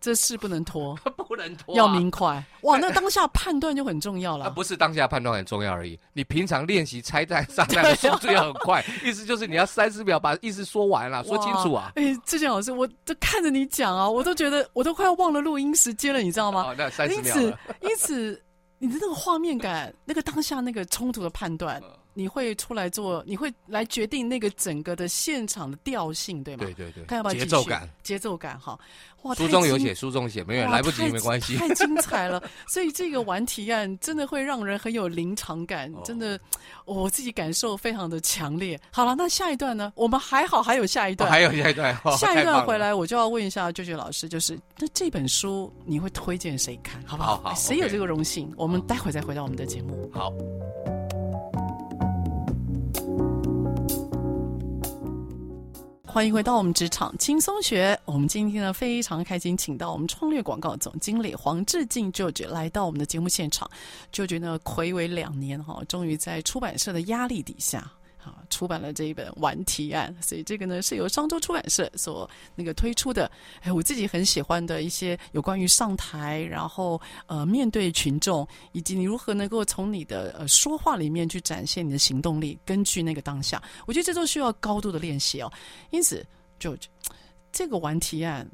S1: 这事 <laughs> 不能
S2: <laughs>
S1: 拖，
S2: 不能拖啊
S1: 要明快。哇，那当下判断就很重要
S2: 啊，
S1: 了。
S2: 不是当下判断很重要而已，你平常练习拆弹炸弹的速度要很
S1: <laughs>
S2: 快，意思就是你要三十秒把意思说完了，说清楚啊。
S1: 哇！哎、志健老师，我都看着你讲啊，我都觉得我都快要忘了录音时间了，你知道吗？
S2: 哦，那三十
S1: 因
S2: 秒
S1: 此
S2: 了，
S1: 因此，你的那个画面感，那个当下那个冲突的判断，
S2: 嗯
S1: 你会出来做，你会来决定那个整个的现场的调性，对吗？
S2: 对对对
S1: 看要不要，继
S2: 节
S1: 续
S2: 奏感。，
S1: 节奏感哈。哇，
S2: 书
S1: 哦太
S2: 中有
S1: 精
S2: 写，书中写，没有
S1: 哇
S2: 来不及
S1: 太
S2: 没关系。哦
S1: 太精彩
S2: <laughs>
S1: 了！所以这个玩提案真的会让人很有临场感，
S2: 哦
S1: 真的，我自己感受非常的强烈。好了，那下一段呢？我们还好还有下一
S2: 哦
S1: 段，
S2: 还有下一段， <laughs> 哦
S1: 下
S2: 太
S1: 一段
S2: 棒
S1: 回
S2: 了
S1: 来我就要问一下舅舅老师，就是那这本书你会推荐谁看，好不好？
S2: 好好
S1: 谁有
S2: OK
S1: 这个荣幸？我们待会再回到我们的节目。
S2: 好。
S1: 欢迎回到我们职场轻松学。我们今天呢非常开心，请到我们创略广告总经理黄志敬 George 来到我们的节目现场。George 呢暌违两年哈、终于在出版社的压力底下。啊，出版了这一本《顽提案》，所以这个呢是由商周出版社所那个推出的。哎，我自己很喜欢的一些有关于上台，然后呃面对群众，以及你如何能够从你的呃说话里面去展现你的行动力，根据那个当下，我觉得这都需要高度的练习哦。因此，George，这个玩提案，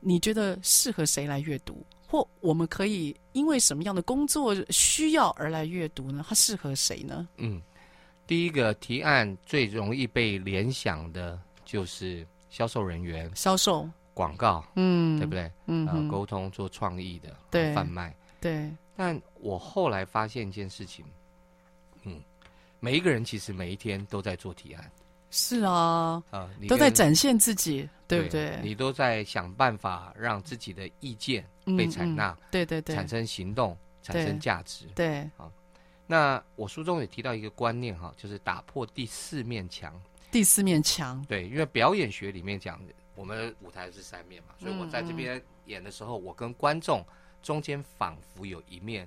S1: 你觉得适合谁来阅读？或我们可以因为什么样的工作需要而来阅读呢？它适合谁呢？
S2: 嗯，第一个提案最容易被联想的就是销售人员、
S1: 销售，
S2: 广告，
S1: 嗯，
S2: 对不？对？
S1: 嗯
S2: 啊，
S1: 哼，
S2: 沟通做创意的
S1: 对
S2: 贩卖。
S1: 对，
S2: 但我后来发现一件事情，嗯，每一个人其实每一天都在做提案
S1: 是啊，
S2: 啊，你
S1: 都
S2: 跟
S1: 在展现自己，对不对？
S2: 你都在想办法让自己的意见
S1: 嗯
S2: 被采纳，
S1: 嗯对对对，
S2: 产生行动，产
S1: 对
S2: 生价值。
S1: 对，
S2: 那我书中也提到一个观念哈，就是打破第四面墙。
S1: 第四面墙，
S2: 对，因为表演学里面讲，我们舞台是三面嘛，所以我
S1: 嗯
S2: 在这边演的时候，我跟观众中间仿佛有一面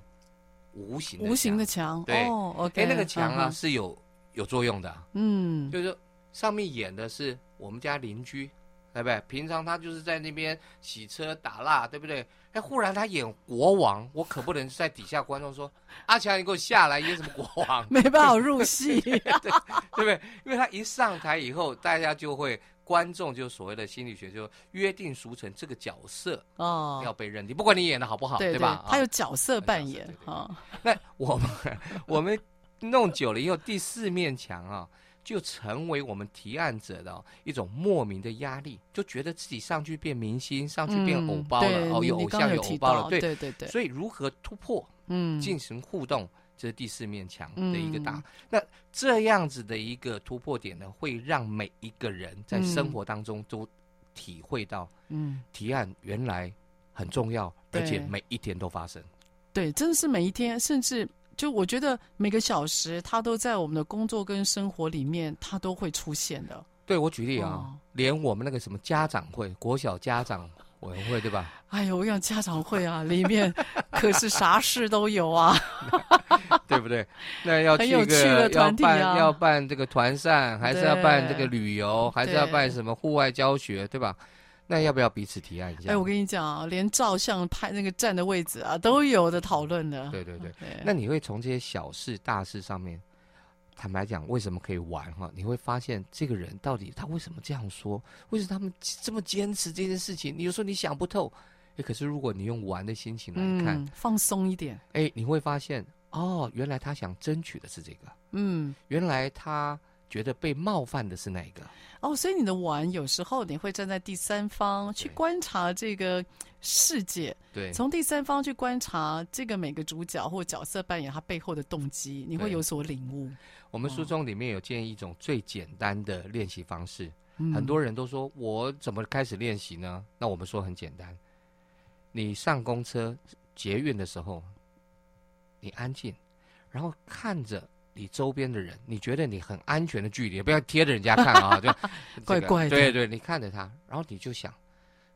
S2: 无形的
S1: 无形的
S2: 墙。
S1: 墙，
S2: 对
S1: 哦，OK，
S2: 哎，那个墙啊
S1: 嗯哼，
S2: 是有有作用的啊，
S1: 嗯，
S2: 就是说上面演的是我们家邻居，对不对？平常他就是在那边洗车打蜡，对不对？哎，忽然他演国王，我可不能在底下观众说：“阿强，你给我下来演什么国王？”
S1: <laughs> 没办法入戏，
S2: <laughs> 对不对？因为他一上台以后，大家就会观众就所谓的心理学就约定俗成，这个角色
S1: <laughs> 哦，
S2: 要被认定，不管你演的好不好，
S1: 对
S2: 吧？
S1: 他有
S2: 啊
S1: 角色扮演
S2: 角色对对对
S1: 啊，
S2: 那我们我们弄久了以后，第四面墙啊。就成为我们提案者的、哦、一种莫名的压力，就觉得自己上去变明星，上去变偶包了，
S1: 嗯、对
S2: 哦，
S1: 你
S2: 有
S1: 你
S2: 偶
S1: 刚
S2: 像
S1: 刚有
S2: 偶
S1: 提
S2: 包
S1: 到，
S2: 了，对，
S1: 对对对，
S2: 所以如何突破，
S1: 嗯，
S2: 进行互动，这是第四面墙
S1: 嗯
S2: 的一个大。那这样子的一个突破点呢，会让每一个人在生活当中都体会到
S1: 嗯，
S2: 提案原来很重要，
S1: 对
S2: 而且每一天都发生。
S1: 对，真的是每一天，甚至就我觉得每个小时，它都在我们的工作跟生活里面，它都会出现的。
S2: 对我举例啊，
S1: 哦
S2: 连我们那个什么家长会、国小家长委员会，对
S1: <laughs>
S2: 吧？
S1: 哎呦，我想家长会啊，里
S2: <laughs>
S1: 面可是啥事都有啊。
S2: 对不对？那要
S1: 很
S2: 去
S1: 有
S2: 一
S1: 趣
S2: 个要
S1: 的团体
S2: 办
S1: 啊
S2: 要办这个团扇，还是要办这个旅游，还是要
S1: 对
S2: 办什么户外教学，对吧？那要不要彼此提案一下？
S1: 哎，我跟你讲啊，连照相拍那个站的位置啊，都有的讨论的。
S2: 对对对，
S1: 对，
S2: 那你会从这些小事大事上面，坦白讲，为什么可以玩哈？你会发现这个人到底他为什么这样说？为什么他们这么坚持这件事情？你有时候你想不透。诶可是如果你用玩的心情来看
S1: 嗯，，放松一点。
S2: 哎、你会发现哦，原来他想争取的是这个，
S1: 嗯，
S2: 原来他觉得被冒犯的是哪一个？
S1: 哦，所以你的玩有时候你会站在第三方去
S2: 对
S1: 观察这个世界，
S2: 对，
S1: 从第三方去观察这个每个主角或角色扮演他背后的动机，你会
S2: 对
S1: 有所领悟。
S2: 我们
S1: 嗯
S2: 书中里面有建议一种最简单的练习方式，
S1: 嗯
S2: 很多人都说我怎么开始练习呢？那我们说很简单，你上公车、捷运的时候，你安静，然后看着。你周边的人，你觉得你很安全的距离，不要贴着人家看
S1: <laughs>
S2: 啊，就、这个
S1: 怪怪的
S2: 对对，你看着他，然后你就想，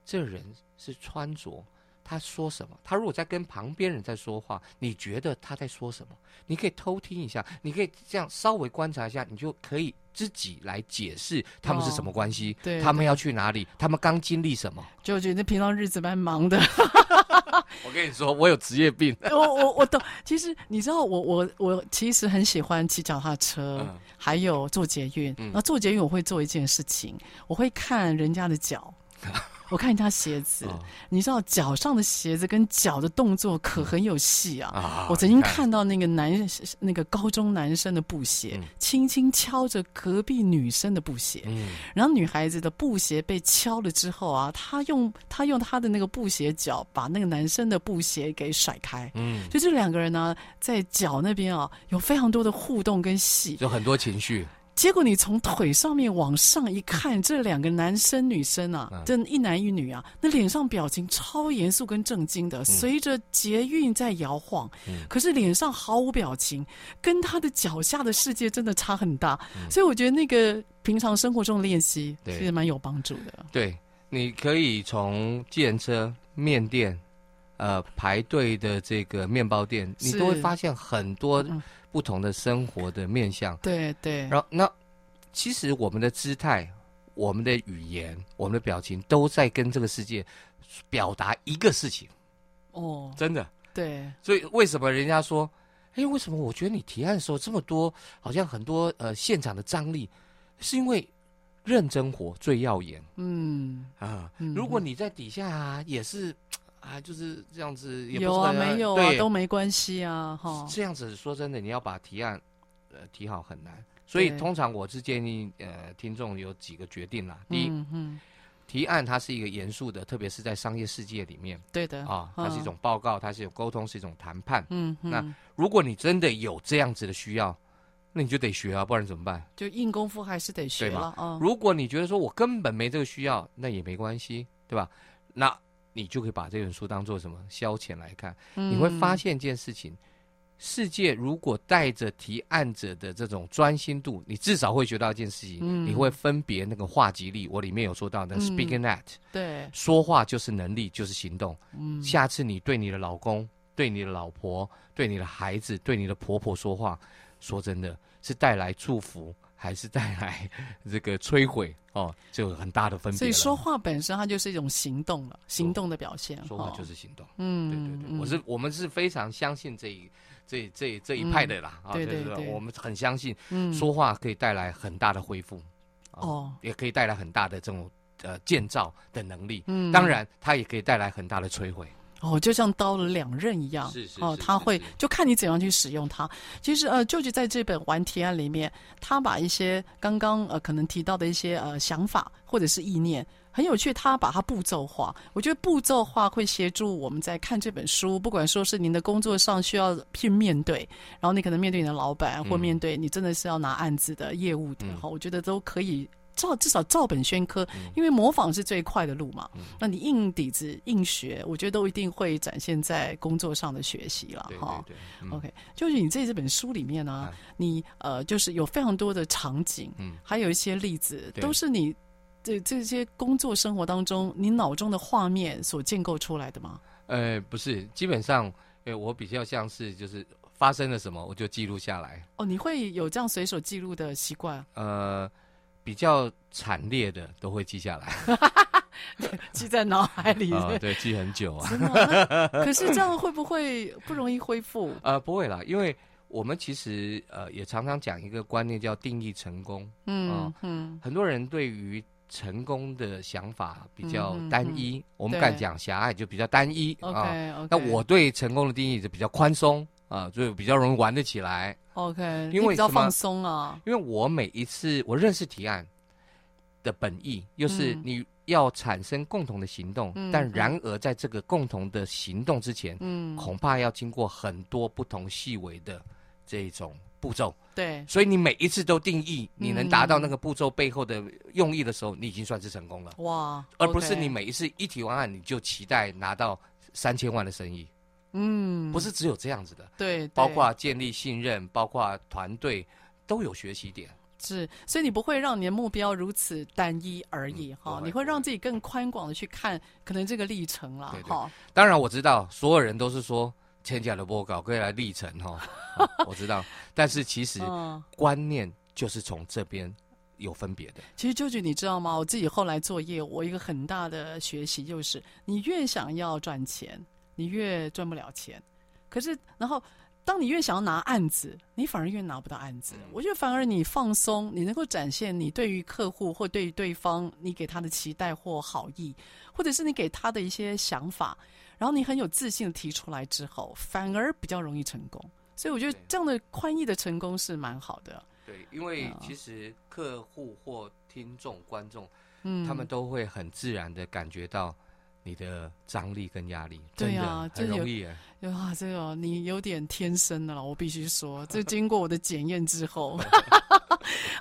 S2: 这人是穿着，他说什么？他如果在跟旁边人在说话，你觉得他在说什么？你可以偷听一下，你可以这样稍微观察一下，你就可以自己来解释他们是什么关系，
S1: 哦对
S2: 他们要去哪里，他们刚经历什么。
S1: 就觉得平常日子蛮忙的，
S2: 我跟你说，我有职业病。
S1: <laughs> 我我我懂。其实你知道我，我我其实很喜欢骑脚踏车，
S2: 嗯
S1: 还有坐捷运。然后坐捷运我会做一件事情，我会看人家的 <laughs> 脚，我看人家鞋子。
S2: 哦
S1: 你知道脚上的鞋子跟脚的动作可很有戏啊！
S2: 啊
S1: 我曾经
S2: 你看
S1: 看到那个男那个高中男生的布鞋，
S2: 嗯
S1: 轻轻敲着隔壁女生的布鞋。
S2: 嗯，
S1: 然后女孩子的布鞋被敲了之后啊，她用她用她的那个布鞋脚把那个男生的布鞋给甩开，
S2: 嗯，
S1: 就这两个人呢、在脚那边啊有非常多的互动跟戏。
S2: 就很多情绪。
S1: 结果你从腿上面往上一看，这两个男生女生啊，
S2: 嗯
S1: 这一男一女啊，那脸上表情超严肃跟震惊
S2: 嗯
S1: 的，随着捷运在摇晃，可是脸上毫无表情，跟他的脚下的世界真的差很大。所以我觉得那个平常生活中的练习其
S2: 嗯对
S1: 实蛮有帮助的。
S2: 对，你可以从计程车、面店，呃，排队的这个面包店，你
S1: 是
S2: 都会发现很多
S1: 嗯
S2: 不同的生活的面向。
S1: 对对，
S2: 然后那其实我们的姿态、我们的语言、我们的表情，都在跟这个世界表达一个事情，
S1: 哦，
S2: 真的。
S1: 对，
S2: 所以为什么人家说，哎，为什么我觉得你提案的时候这么多，好像很多呃现场的张力，是因为认真活最耀眼
S1: 嗯，
S2: 啊。
S1: 嗯
S2: 如果你在底下啊，也是啊，就是这样子，也不
S1: 有啊，
S2: 是很
S1: 没有啊，
S2: 对
S1: 都没关系啊，哈，
S2: 这样子说真的，你要把提案呃提好很难。所以
S1: 对
S2: 通常我是建议呃听众有几个决定啦。第一，
S1: 嗯嗯，
S2: 提案它是一个严肃的，特别是在商业世界里面
S1: 对的
S2: 啊，它是一
S1: 嗯
S2: 种报告，它是有沟通，是一种谈判。
S1: 嗯，
S2: 那
S1: 嗯
S2: 如果你真的有这样子的需要，那你就得学啊，不然怎么办？
S1: 就硬功夫还是得学
S2: 对嘛
S1: 了啊。
S2: 如果你觉得说我根本没这个需要，那也没关系，对吧？那你就可以把这本书当做什么消遣来看。
S1: 嗯
S2: 你会发现一件事情：世界如果带着提案者的这种专心度，你至少会学到一件事情，
S1: 嗯
S2: 你会分别那个话集力。我里面有说到的
S1: 嗯
S2: speaking act，、
S1: 对，
S2: 说话就是能力，就是行动。
S1: 嗯，
S2: 下次你对你的老公、对你的老婆、对你的孩子、对你的婆婆说话，说真的是带来祝福，还是带来 <laughs> 这个摧毁哦，就有很大的分别
S1: 所以
S2: 了。
S1: 说话本身它就是一种行动了，行动的表现。
S2: 说话
S1: 哈
S2: 就是行动。对对
S1: 嗯，
S2: 对，
S1: 嗯
S2: 我是我们是非常相信这一这这这一派的啦、啊，
S1: 嗯对
S2: 就是
S1: 对
S2: 说
S1: 对
S2: 我们很相信
S1: 嗯
S2: 说话可以带来很大的恢复，啊
S1: 哦
S2: 也可以带来很大的这种呃建造的能力。
S1: 嗯
S2: 当然它也可以带来很大的摧毁。
S1: 哦，就像刀了两刃一样，
S2: 是是
S1: 哦
S2: 是，
S1: 他
S2: 是
S1: 会
S2: 是
S1: 就看你怎样去使用它。其实呃，舅舅在这本《玩提案》里面，他把一些刚刚呃可能提到的一些呃想法或者是意念。很有趣，他把它步骤化。我觉得步骤化会协助我们在看这本书，不管说是您的工作上需要去面对，然后你可能面对你的老板，或
S2: 嗯
S1: 面对你真的是要拿案子的业务的
S2: 嗯
S1: 哈、我觉得都可以照至少照本宣科，因为模仿是最快的
S2: 嗯
S1: 路嘛。那你硬底子硬学，我觉得都一定会展现在工作上的学习了
S2: 对
S1: 哈
S2: 对。对、嗯
S1: OK，就是你在这本书里面呢、
S2: 啊
S1: 你呃，就是有非常多的场景，
S2: 嗯
S1: 还有一些例子，
S2: 对
S1: 都是你这这些工作生活当中，你脑中的画面所建构出来的吗？
S2: 呃，不是，基本上，呃，我比较像是就是发生了什么，我就记录下来。
S1: 哦，你会有这样随手记录的习惯，
S2: 呃，比较惨烈的都会记下
S1: <laughs>
S2: 来。
S1: 记在脑海里。
S2: 啊、对，记很久啊。
S1: 真的吗？那可是这样会不会不容易恢复？
S2: 呃，不会啦，因为我们其实呃也常常讲一个观念叫定义成功。
S1: 嗯
S2: 哦
S1: 嗯，
S2: 很多人对于成功的想法比较
S1: 嗯嗯
S2: 单一，我们
S1: 对
S2: 敢讲狭隘，就比较单一啊。
S1: OK，OK
S2: 那我对成功的定义就比较宽松啊，所以比较容易玩得起来。
S1: OK，
S2: 因为
S1: 你比较
S2: 什么
S1: 放松啊，
S2: 因为我每一次我认识提案的本意，又是
S1: 嗯
S2: 你要产生共同的行动，
S1: 嗯
S2: 但然而在这个共同的行动之前，
S1: 嗯，
S2: 恐怕要经过很多不同细微的这种步骤。
S1: 对，
S2: 所以你每一次都定义你能达到那个
S1: 嗯
S2: 步骤背后的用意的时候，你已经算是成功了，
S1: 哇，
S2: 而不是
S1: OK
S2: 你每一次一提完啊案你就期待拿到三千万的生意，
S1: 嗯，
S2: 不是只有这样子的，
S1: 对，对
S2: 包括建立信任，包括团队都有学习点。
S1: 是，所以你不会让你的目标如此单一而已
S2: 嗯不
S1: 哈，
S2: 会
S1: 你
S2: 不
S1: 会
S2: 会
S1: 让自己更宽广的去看可能这个历程啦
S2: 对对
S1: 哈。
S2: 当然我知道，所有人都是说千假的波稿可以来历程
S1: <laughs>
S2: 哈、哦我知道，但是其实
S1: 嗯，
S2: 观念就是从这边有分别的。
S1: 其实舅舅你知道吗？我自己后来做业务，我一个很大的学习就是，你越想要赚钱，你越赚不了钱。可是，然后当你越想要拿案子，你反而越拿不到案子。
S2: 嗯
S1: 我觉得反而你放松，你能够展现你对于客户或对于对方你给他的期待或好意，或者是你给他的一些想法，然后你很有自信的提出来之后，反而比较容易成功。所以我觉得
S2: 对
S1: 这样的宽易的成功是蛮好的。
S2: 对，因为
S1: 啊
S2: 其实客户或听众、观众。
S1: 嗯，
S2: 他们都会很自然的感觉到你的张力跟压力，
S1: 对
S2: 真的
S1: 啊
S2: 很
S1: 就有
S2: 容
S1: <laughs>
S2: 易耶。
S1: 啊，这个你有点天生的了，我必须说，这经过我的检验之后，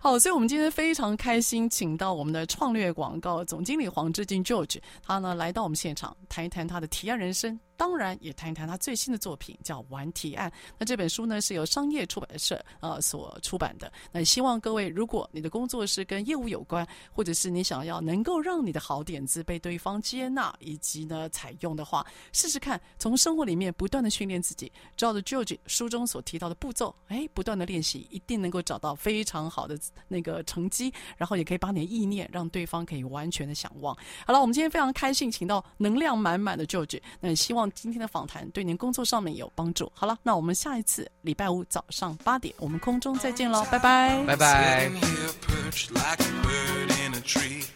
S1: 好，所以我们今天非常开心，请到我们的创略广告总经理黄志进 George，他呢来到我们现场，谈一谈他的提案人生，当然也谈一谈他最新的作品叫《玩提案》。那这本书呢是由商业出版社呃所出版的。那希望各位，如果你的工作是跟业务有关，或者是你想要能够让你的好点子被对方接纳以及呢采用的话，试试看，从生活里面不断的训练自己，照着 George 书中所提到的步骤，哎，不断的练习，一定能够找到非常好的那个成绩，然后也可以把你的意念让对方可以完全的想望。好了，我们今天非常开心，请到能量满满的 George，那也希望今天的访谈对您工作上面有帮助。好了，那我们下一次礼拜五早上八点，我们空中再见喽，拜拜。
S2: 拜拜。
S3: Sitting here perched like a bird in a tree.